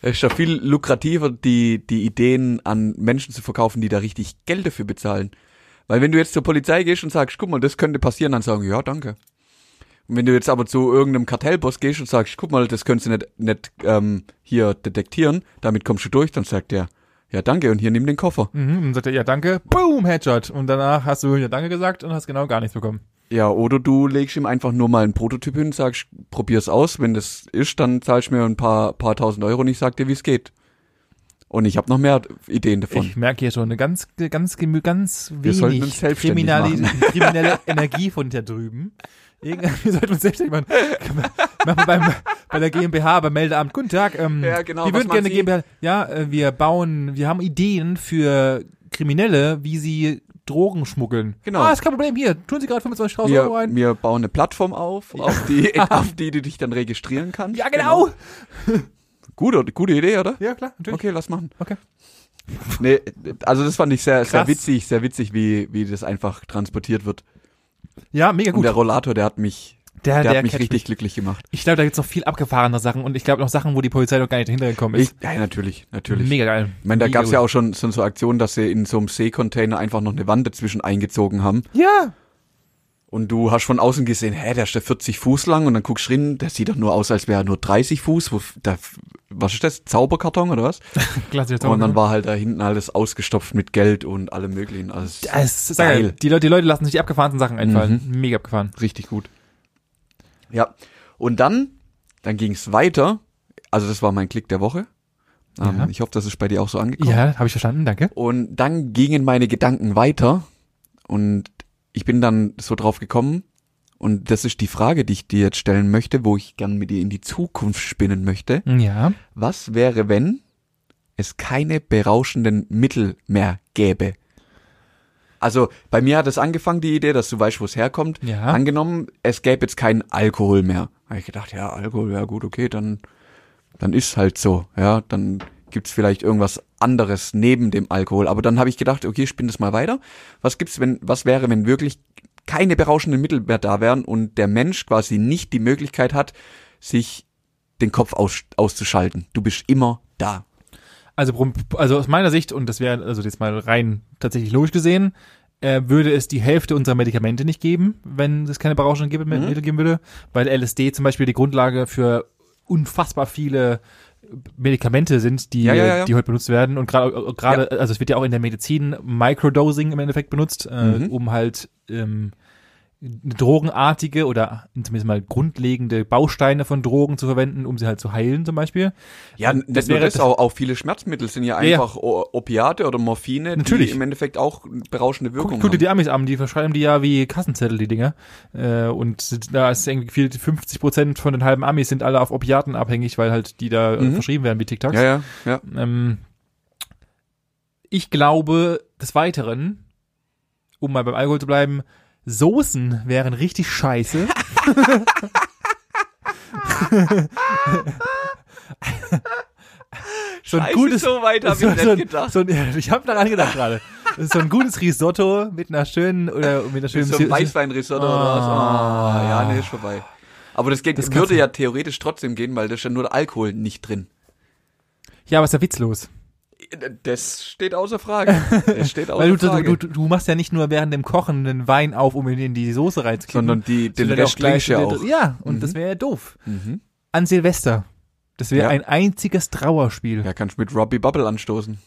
B: Es ist ja viel lukrativer, die, die Ideen an Menschen zu verkaufen, die da richtig Geld dafür bezahlen. Weil wenn du jetzt zur Polizei gehst und sagst, guck mal, das könnte passieren, dann sagen, ja, danke. Und wenn du jetzt aber zu irgendeinem Kartellboss gehst und sagst, guck mal, das könntest du nicht, nicht ähm, hier detektieren, damit kommst du durch, dann sagt der, ja, danke, und hier nimm den Koffer.
A: Mhm, und dann sagt er, ja, danke, boom, Headshot. Und danach hast du ja, danke gesagt und hast genau gar nichts bekommen.
B: Ja, oder du legst ihm einfach nur mal einen Prototyp hin, sagst, probier's aus, wenn das ist, dann zahlst du mir ein paar, paar tausend Euro und ich sag dir, wie's geht. Und ich habe noch mehr Ideen davon.
A: Ich merke hier schon eine ganz, ganz, gemü- ganz
B: sollten
A: wenig
B: uns selbstständig
A: kriminali-
B: machen.
A: kriminelle Energie von da drüben. Irgendwie sollten wir uns selbstständig machen. Kann man- Machen wir beim, bei der GmbH, beim Meldeamt. Guten Tag. Ähm,
B: Ja, genau,
A: Wir
B: was
A: würden gerne
B: man
A: eine GmbH.
B: sieht.
A: Ja, äh, wir bauen, wir haben Ideen für Kriminelle, wie sie Drogen schmuggeln.
B: Genau.
A: Ah, ist kein Problem. Hier, tun Sie gerade 25.000
B: wir,
A: Euro ein.
B: wir bauen eine Plattform auf, auf, die, auf die du dich dann registrieren kannst.
A: Ja, genau.
B: Gute, gute Idee, oder?
A: Ja, klar, natürlich.
B: Okay, lass machen.
A: Okay.
B: Nee, also das fand ich sehr, sehr
A: Krass.
B: witzig, sehr witzig, wie, wie das einfach transportiert wird.
A: Ja, mega
B: Und
A: gut.
B: der Rollator, der hat mich, der, hat mich
A: catcht
B: richtig glücklich gemacht.
A: Ich glaube, da gibt's noch viel abgefahrene Sachen und ich glaube noch Sachen, wo die Polizei noch gar nicht dahinter gekommen
B: Ich,
A: ist.
B: ja, natürlich, natürlich.
A: Mega geil.
B: Ich meine, da
A: Mhm. Mega
B: gab's ja
A: gut.
B: auch schon, schon so Aktionen, dass sie in so einem Seekontainer einfach noch eine Wand dazwischen eingezogen haben.
A: Ja.
B: Und du hast von außen gesehen, hä, der ist ja 40 Fuß lang und dann guckst du rein, der sieht doch nur aus, als wäre er nur 30 Fuß. Wo, f- da, f- was ist das? Zauberkarton oder was?
A: Klasse,
B: Und dann war halt da hinten alles ausgestopft mit Geld und allem möglichen. Also es
A: das ist geil.
B: Geil. Mhm.
A: Die, Leute, die Leute lassen sich die abgefahrensten Sachen einfallen. Mega abgefahren.
B: ist richtig gut. Ja. Und dann, dann ging's weiter. Also das war mein Klick der Woche. Ähm,
A: Ja.
B: Ich hoffe, das ist bei dir auch so angekommen.
A: Ja, habe ich verstanden, danke.
B: Und dann gingen meine Gedanken weiter und ich bin dann so drauf gekommen und das ist die Frage, die ich dir jetzt stellen möchte, wo ich gern mit dir in die Zukunft spinnen möchte.
A: Ja.
B: Was wäre, wenn es keine berauschenden Mittel mehr gäbe? Also bei mir hat es angefangen, die Idee, dass du weißt, wo es herkommt.
A: Ja.
B: Angenommen, es gäbe jetzt keinen Alkohol mehr. Habe ich gedacht, ja, Alkohol, ja gut, okay, dann, dann ist halt so. Ja, dann gibt's vielleicht irgendwas anderes neben dem Alkohol. Aber dann habe ich gedacht, okay, spinn das mal weiter. Was gibt's, wenn, was wäre, wenn wirklich keine berauschenden Mittel mehr da wären und der Mensch quasi nicht die Möglichkeit hat, sich den Kopf aus, auszuschalten. Du bist immer da.
A: Also, prom- also aus meiner Sicht, und das wäre also jetzt mal rein tatsächlich logisch gesehen, äh, würde es die Hälfte unserer Medikamente nicht geben, wenn es keine berauschenden Gebe-
B: Mhm.
A: Mittel geben würde, weil LSD zum Beispiel die Grundlage für unfassbar viele Medikamente sind, die,
B: Ja, ja, ja, ja.
A: die heute benutzt werden. Und gerade, gerade, also es wird ja auch in der Medizin Microdosing im Endeffekt benutzt, äh,
B: Mhm.
A: um halt ähm, eine drogenartige oder zumindest mal grundlegende Bausteine von Drogen zu verwenden, um sie halt zu heilen zum Beispiel.
B: Ja,
A: Und
B: das wäre das auch, auch viele Schmerzmittel sind ja
A: ja.
B: einfach O- Opiate oder Morphine,
A: Natürlich.
B: die im Endeffekt auch berauschende
A: Guck,
B: Wirkung
A: guck dir
B: haben.
A: die Amis an, die verschreiben die ja wie Kassenzettel, die Dinger. Äh, und sind- da ist irgendwie viel, 50 Prozent von den halben Amis sind alle auf Opiaten abhängig, weil halt die da äh,
B: Mhm.
A: verschrieben werden wie Tic-Tacs.
B: Ja, ja, ja.
A: Ähm, ich glaube, des Weiteren, um mal beim Alkohol zu bleiben, Soßen wären richtig scheiße. so ein
B: Scheiße,
A: gutes,
B: so weit hab
A: so,
B: ich nicht
A: so ein,
B: gedacht.
A: So ein, ja, ich habe daran gedacht gerade. Das ist So ein gutes Risotto mit einer schönen oder mit einer schönen
B: so ein Weißweinrisotto oder was. Ah, ja, nee, ist vorbei. Aber das, geht, das würde ja theoretisch trotzdem gehen, weil da ist ja nur der Alkohol nicht drin.
A: Ja, aber ist ja witzlos.
B: Das steht außer Frage. Das steht außer
A: Weil du,
B: Frage.
A: du, du, du machst ja nicht nur während dem Kochen den Wein auf, um ihn in die Soße reinzukippen.
B: Sondern die, den
A: sondern
B: Rest trinkst du ja
A: den-
B: auch.
A: Ja, und
B: Mhm.
A: das wäre ja doof.
B: Mhm.
A: An Silvester. Das wäre
B: Ja.
A: ein einziges Trauerspiel. Ja.
B: Ja, kannst mit Robbie Bubble anstoßen.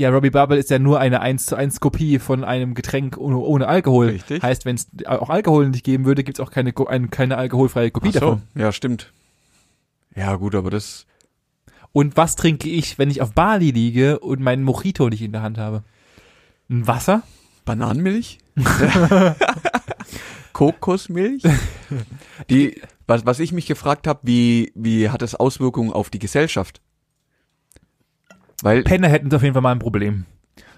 A: Robbie Bubble ist ja nur eine 1 zu 1 Kopie von einem Getränk ohne, ohne Alkohol.
B: Richtig.
A: Heißt, wenn es auch Alkohol nicht geben würde, gibt's auch keine, Ko- ein, keine alkoholfreie Kopie
B: Ach so,
A: davon.
B: Ja, stimmt. Ja, gut, aber das.
A: Und was trinke ich, wenn ich auf Bali liege und meinen Mojito nicht in der Hand habe? Ein Wasser?
B: Bananenmilch? Kokosmilch? Die, was, was ich mich gefragt habe, wie, wie hat das Auswirkungen auf die Gesellschaft? Weil
A: Penner hätten auf jeden Fall mal ein Problem.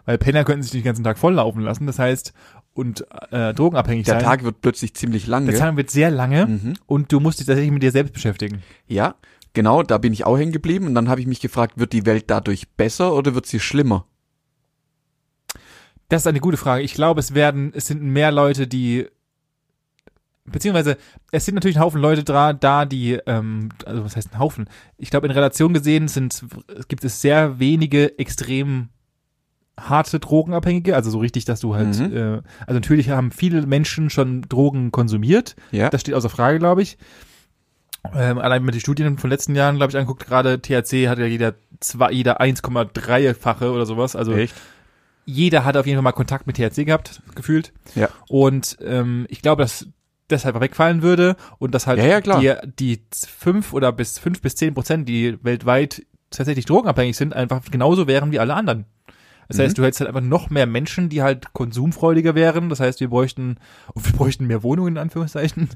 A: Weil Penner könnten sich den ganzen Tag volllaufen lassen, das heißt, und äh, drogenabhängig
B: der
A: sein.
B: Tag wird plötzlich ziemlich lang.
A: der
B: gell?
A: Tag wird sehr lange
B: Mhm.
A: und du musst dich tatsächlich mit dir selbst beschäftigen.
B: Ja, genau, da bin ich auch hängen geblieben und dann habe ich mich gefragt, wird die Welt dadurch besser oder wird sie schlimmer?
A: Das ist eine gute Frage. Ich glaube, es werden, es sind mehr Leute, die beziehungsweise es sind natürlich ein Haufen Leute da, da die, ähm, also was heißt ein Haufen? Ich glaube, in Relation gesehen sind, es gibt es sehr wenige extrem harte Drogenabhängige, also so richtig, dass du halt,
B: Mhm.
A: äh, also natürlich haben viele Menschen schon Drogen konsumiert,
B: Ja.
A: das steht außer Frage, glaube ich. Ähm, allein mit den Studien von letzten Jahren, glaube ich, anguckt, gerade THC hat ja jeder zwei, jeder 1,3-fache oder sowas, also
B: Echt?
A: jeder hat auf jeden Fall mal Kontakt mit THC gehabt, gefühlt.
B: Ja.
A: Und ähm, ich glaube, dass das halt wegfallen würde und dass halt
B: Ja, ja, klar.
A: die, die fünf oder bis fünf bis zehn Prozent, die weltweit tatsächlich drogenabhängig sind, einfach genauso wären wie alle anderen. Das
B: Mhm.
A: heißt, du hättest halt einfach noch mehr Menschen, die halt konsumfreudiger wären. Das heißt, wir bräuchten, wir bräuchten mehr Wohnungen in Anführungszeichen.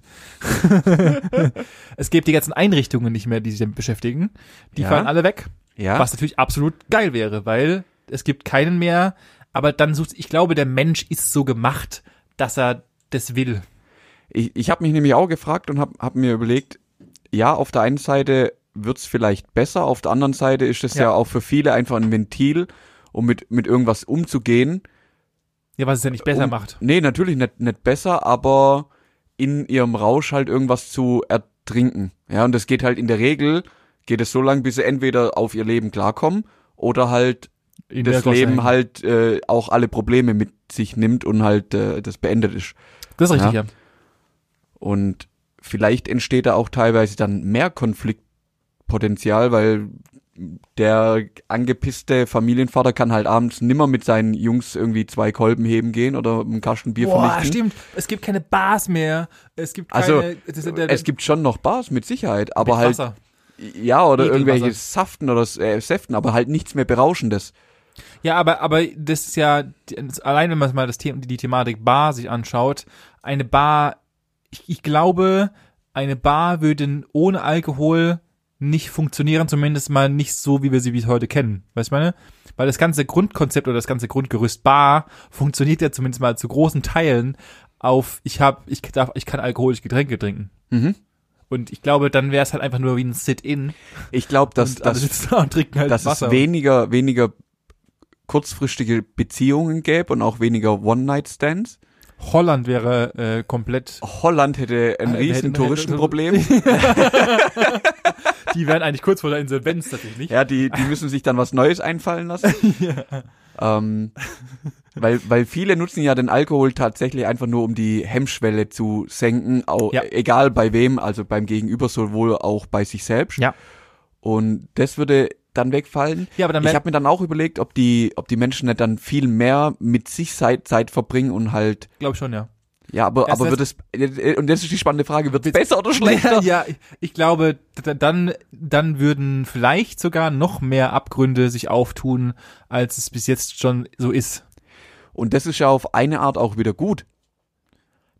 A: es gibt die ganzen Einrichtungen nicht mehr, die sich damit beschäftigen. Die
B: Ja.
A: fallen alle weg.
B: Ja.
A: Was natürlich absolut geil wäre, weil es gibt keinen mehr, aber dann sucht, ich glaube, der Mensch ist so gemacht, dass er das will.
B: Ich, ich habe mich nämlich auch gefragt und habe hab mir überlegt, ja, auf der einen Seite wird's vielleicht besser, auf der anderen Seite ist es ja.
A: Ja.
B: auch für viele einfach ein Ventil, um mit, mit irgendwas umzugehen.
A: Ja, was es ja nicht besser
B: um,
A: macht.
B: Nee, natürlich nicht, nicht besser, aber in ihrem Rausch halt irgendwas zu ertrinken. Ja, und das geht halt in der Regel, geht es so lange, bis sie entweder auf ihr Leben klarkommen oder halt
A: In
B: das
A: der
B: Leben
A: Glossy.
B: halt äh, auch alle Probleme mit sich nimmt und halt äh, das beendet ist.
A: Das ist richtig, ja.
B: Und vielleicht entsteht da auch teilweise dann mehr Konfliktpotenzial, weil der angepisste Familienvater kann halt abends nimmer mit seinen Jungs irgendwie zwei Kolben heben gehen oder einen Kasten Bier
A: Boah,
B: vernichten.
A: stimmt. Es gibt keine Bars mehr. Es gibt keine.
B: Also,
A: das ist der-
B: Es gibt schon noch Bars mit Sicherheit, aber
A: mit
B: halt
A: Wasser.
B: ja oder
A: Edelwasser.
B: irgendwelche Saften oder äh, Säften, aber halt nichts mehr berauschendes.
A: Ja, aber, aber das ist ja, das- allein wenn man mal das Thema, die Thematik Bar sich anschaut, eine Bar, ich, ich glaube, eine Bar würde ohne Alkohol nicht funktionieren, zumindest mal nicht so, wie wir sie wie heute kennen. Weißt du meine? Weil das ganze Grundkonzept oder das ganze Grundgerüst Bar funktioniert ja zumindest mal zu großen Teilen auf, ich hab, ich darf, ich kann alkoholische Getränke trinken.
B: Mhm.
A: Und ich glaube, dann wäre es halt einfach nur wie ein Sit-in.
B: Ich glaube, dass
A: und alle
B: das
A: sitzen da und trinken halt
B: dass
A: Wasser.
B: es weniger, weniger kurzfristige Beziehungen gäbe und auch weniger One-Night-Stands.
A: Holland wäre äh, komplett
B: Holland hätte ein
A: Ah,
B: riesen
A: hätte- hätte-
B: Touristenproblem.
A: Die wären eigentlich kurz vor der Insolvenz natürlich nicht.
B: Ja, die, die müssen sich dann was Neues einfallen lassen. Ähm, Weil, weil viele nutzen ja den Alkohol tatsächlich einfach nur, um die Hemmschwelle zu senken, auch,
A: Ja.
B: egal bei wem, also beim Gegenüber sowohl auch bei sich selbst.
A: Ja.
B: Und das würde dann wegfallen.
A: Ja, aber dann
B: ich
A: wär-
B: habe mir dann auch überlegt, ob die, ob die Menschen nicht dann viel mehr mit sich Zeit, Zeit verbringen und halt,
A: Glaube schon, ja.
B: ja, aber,
A: Das
B: aber
A: heißt-
B: wird es, äh, und das ist die spannende Frage, wird es besser oder schlechter?
A: ja, ich glaube, d- dann, dann würden vielleicht sogar noch mehr Abgründe sich auftun, als es bis jetzt schon so ist.
B: Und das ist ja auf eine Art auch wieder gut,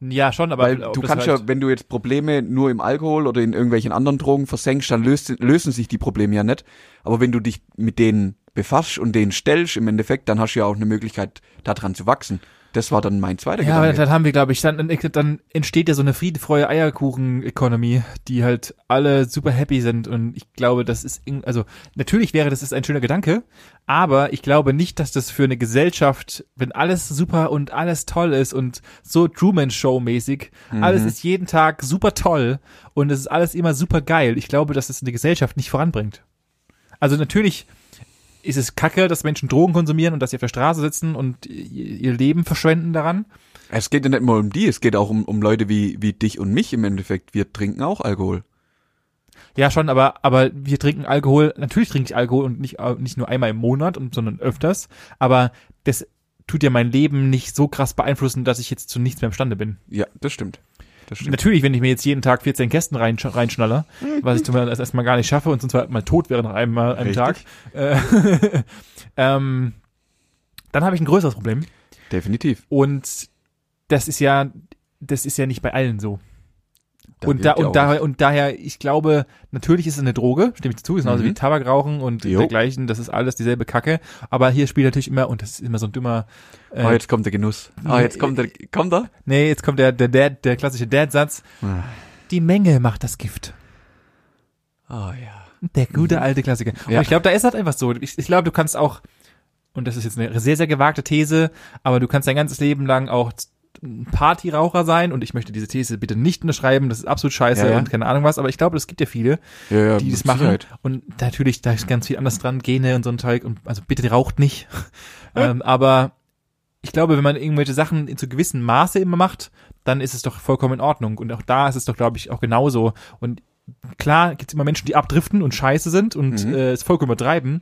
A: Ja, schon, aber
B: weil
A: ob
B: du
A: das
B: kannst
A: halt-
B: ja, wenn du jetzt Probleme nur im Alkohol oder in irgendwelchen anderen Drogen versenkst, dann löst, lösen sich die Probleme ja nicht. Aber wenn du dich mit denen befasst und denen stellst im Endeffekt, dann hast du ja auch eine Möglichkeit, daran zu wachsen. Das war dann mein zweiter
A: Ja, aber
B: Gedanke.
A: dann haben wir, glaube ich, dann, dann entsteht ja so eine friedefreie Eierkuchen-Ökonomie, die halt alle super happy sind. Und ich glaube, das ist, in- also natürlich wäre das ist ein schöner Gedanke, aber ich glaube nicht, dass das für eine Gesellschaft, wenn alles super und alles toll ist und so Truman-Show-mäßig, alles ist jeden Tag super toll und es ist alles immer super geil. Ich glaube, dass das eine Gesellschaft nicht voranbringt. Also natürlich ist es kacke, dass Menschen Drogen konsumieren und dass sie auf der Straße sitzen und ihr ihr Leben verschwenden daran.
B: Es geht ja nicht nur um die, es geht auch um, um Leute wie, wie dich und mich im Endeffekt. Wir trinken auch Alkohol.
A: Ja, schon, aber, aber wir trinken Alkohol, natürlich trinke ich Alkohol und nicht, äh, nicht nur einmal im Monat, und, sondern öfters, aber das tut ja mein Leben nicht so krass beeinflussen, dass ich jetzt zu nichts mehr imstande bin.
B: Ja, das stimmt. Das stimmt.
A: Natürlich, wenn ich mir jetzt jeden Tag 14 Kästen rein, reinschnalle, was ich zum Beispiel erstmal gar nicht schaffe und sonst mal tot wäre nach einem, einem
B: Richtig.
A: Tag, äh, ähm, dann habe ich ein größeres Problem.
B: Definitiv.
A: Und das ist ja, das ist ja nicht bei allen so. und,
B: wird
A: da,
B: ja auch
A: und, daher, und daher, ich glaube, natürlich ist es eine Droge, stimme ich zu, ist genauso
B: Mhm.
A: wie Tabakrauchen und
B: Jo.
A: dergleichen, das ist alles dieselbe Kacke. Aber hier spielt natürlich immer, und das ist immer so ein dümmer, äh,
B: Oh, jetzt kommt der Genuss. Oh, jetzt kommt der, kommt er?
A: nee, jetzt kommt der, der, Dad, der klassische Dad-Satz.
B: Ah.
A: Die Menge macht das Gift. Ah,
B: Oh ja.
A: Der gute alte Klassiker.
B: Mhm. Ja.
A: Und ich glaube, da ist das einfach so. Ich, ich glaube, du kannst auch, und das ist jetzt eine sehr, sehr gewagte These, aber du kannst dein ganzes Leben lang auch z- ein Partyraucher sein und ich möchte diese These bitte nicht unterschreiben, das ist absolut scheiße
B: Ja, ja.
A: und keine Ahnung was, aber ich glaube, es gibt ja viele,
B: Ja, ja,
A: die
B: mit
A: das machen
B: Sicherheit.
A: und natürlich, da ist ganz viel anders dran, Gene und so ein Zeug und also bitte raucht nicht. ähm, aber ich glaube, wenn man irgendwelche Sachen in zu gewissem Maße immer macht, dann ist es doch vollkommen in Ordnung. Und auch da ist es doch, glaube ich, auch genauso. Und klar gibt es immer Menschen, die abdriften und scheiße sind und
B: Mhm.
A: äh, es vollkommen übertreiben.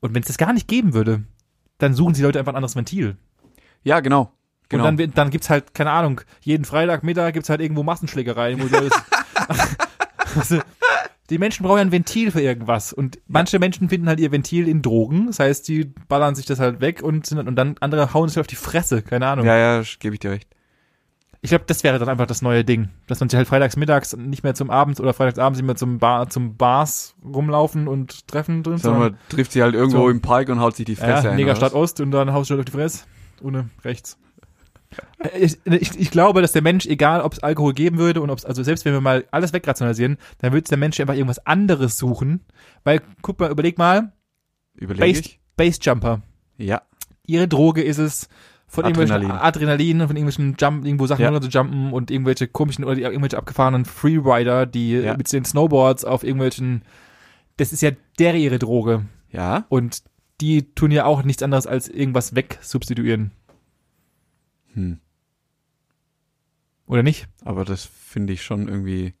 A: Und wenn es das gar nicht geben würde, dann suchen sie Leute einfach ein anderes Ventil.
B: Ja, genau. Genau.
A: Und dann, wird- dann gibt's halt, keine Ahnung, jeden Freitagmittag gibt's halt irgendwo Massenschlägereien, wo die Leute- also, die Menschen brauchen ja ein Ventil für irgendwas. Und manche Menschen finden halt ihr Ventil in Drogen. Das heißt, die ballern sich das halt weg und, sind, und dann andere hauen sich auf die Fresse. Keine Ahnung.
B: ja, ja, gebe ich dir recht.
A: Ich glaube, das wäre dann einfach das neue Ding. Dass man sich halt freitags mittags nicht mehr zum Abend oder freitags abends nicht mehr zum Bar, zum Bars rumlaufen und treffen drin.
B: Sondern man trifft sie halt irgendwo
A: so.
B: im Park und haut sich die Fresse
A: ja,
B: ein.
A: Mega
B: oder was?
A: Stadt Ost und dann haust du halt auf die Fresse. Ohne rechts. Äh, Ich, ich, ich glaube, dass der Mensch, egal ob es Alkohol geben würde und ob es, also selbst wenn wir mal alles wegrationalisieren, dann würde der Mensch einfach irgendwas anderes suchen. Weil, guck mal, überleg mal,
B: Überlege
A: Base,
B: ich.
A: Basejumper.
B: Ja.
A: Ihre Droge ist es, von irgendwelchen
B: Adrenalin.
A: Adrenalin und von irgendwelchen Jump, irgendwo Sachen
B: Ja.
A: runter zu jumpen und irgendwelche komischen oder die, irgendwelche abgefahrenen Freerider, die
B: Ja.
A: mit den Snowboards auf irgendwelchen, das ist ja der ihre Droge.
B: Ja.
A: Und die tun ja auch nichts anderes als irgendwas wegsubstituieren.
B: Hm.
A: Oder nicht?
B: Aber das finde ich schon irgendwie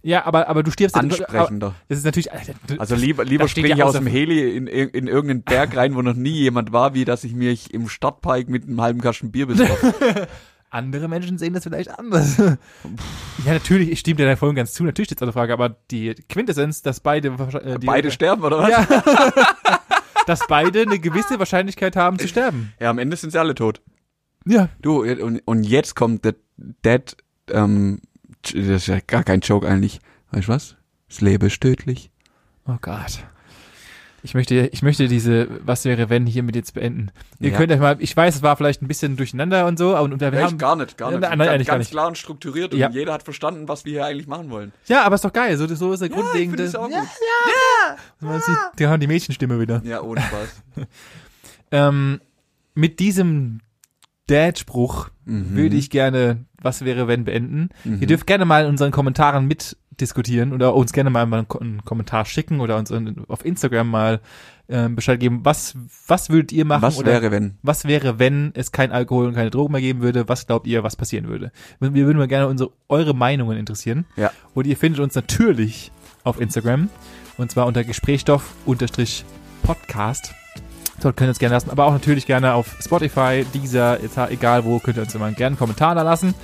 A: Ja, aber, aber du stirbst ja-
B: ansprechender.
A: Das ist natürlich.
B: Also lieber, lieber
A: das steht
B: springe ich
A: ja
B: aus
A: außer-
B: dem Heli in, ir- in irgendeinen Berg rein, wo noch nie jemand war, wie dass ich mich im Stadtpark mit einem halben Kasten Bier besorge.
A: andere Menschen sehen das vielleicht anders. ja, natürlich, ich stimme dir da voll und ganz zu. Natürlich steht es eine Frage, aber die Quintessenz, dass beide. äh, Die,
B: Beide sterben, oder was? Ja,
A: Ja. dass beide eine gewisse Wahrscheinlichkeit haben zu sterben.
B: am Ende sind sie alle tot.
A: Ja.
B: Du, und, und jetzt kommt der Dead, ähm, das ist ja gar kein Joke eigentlich. Weißt du was? Das Leben ist tödlich.
A: Oh Gott. Ich möchte, ich möchte diese Was wäre wenn hiermit jetzt beenden. Ihr
B: Ja.
A: könnt euch mal, ich weiß, es war vielleicht ein bisschen durcheinander und so, und, und wir haben,
B: Echt gar nicht, gar
A: Ja,
B: nicht.
A: nein,
B: ganz
A: eigentlich gar nicht.
B: klar und strukturiert und
A: Ja.
B: jeder hat verstanden, was wir hier eigentlich machen wollen.
A: Ja, aber ist doch geil. So, so ist der grundlegende.
B: Ah, das auch Ah! gut.
A: Man sieht, die haben die Mädchenstimme wieder.
B: Ja, ohne Spaß.
A: Ähm, mit diesem
B: Mhm.
A: Dad-Spruch würde ich gerne Was wäre, wenn beenden. Ihr dürft gerne mal in unseren Kommentaren mit diskutieren oder uns gerne mal einen, Ko- einen Kommentar schicken oder uns in- auf Instagram mal ähm, Bescheid geben, was, was würdet ihr machen
B: Was
A: oder
B: wäre, wenn?
A: was wäre, wenn es kein Alkohol und keine Drogen mehr geben würde? Was glaubt ihr, was passieren würde? Wir wir würden mal gerne unsere, eure Meinungen interessieren.
B: Ja.
A: Und ihr findet uns natürlich auf Instagram. Und zwar unter Gesprächsstoff-Podcast. Dort könnt ihr uns gerne lassen. Aber auch natürlich gerne auf Spotify, dieser, egal wo, könnt ihr uns immer gerne einen Kommentar da lassen.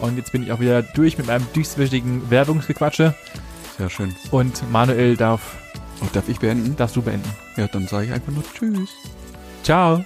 A: Und jetzt bin ich auch wieder durch mit meinem durchswichtigen Werbungsgequatsche.
B: Sehr schön.
A: Und Manuel darf,
B: Und darf ich beenden?
A: darfst du beenden.
B: Ja, dann sage ich einfach nur Tschüss.
A: Ciao.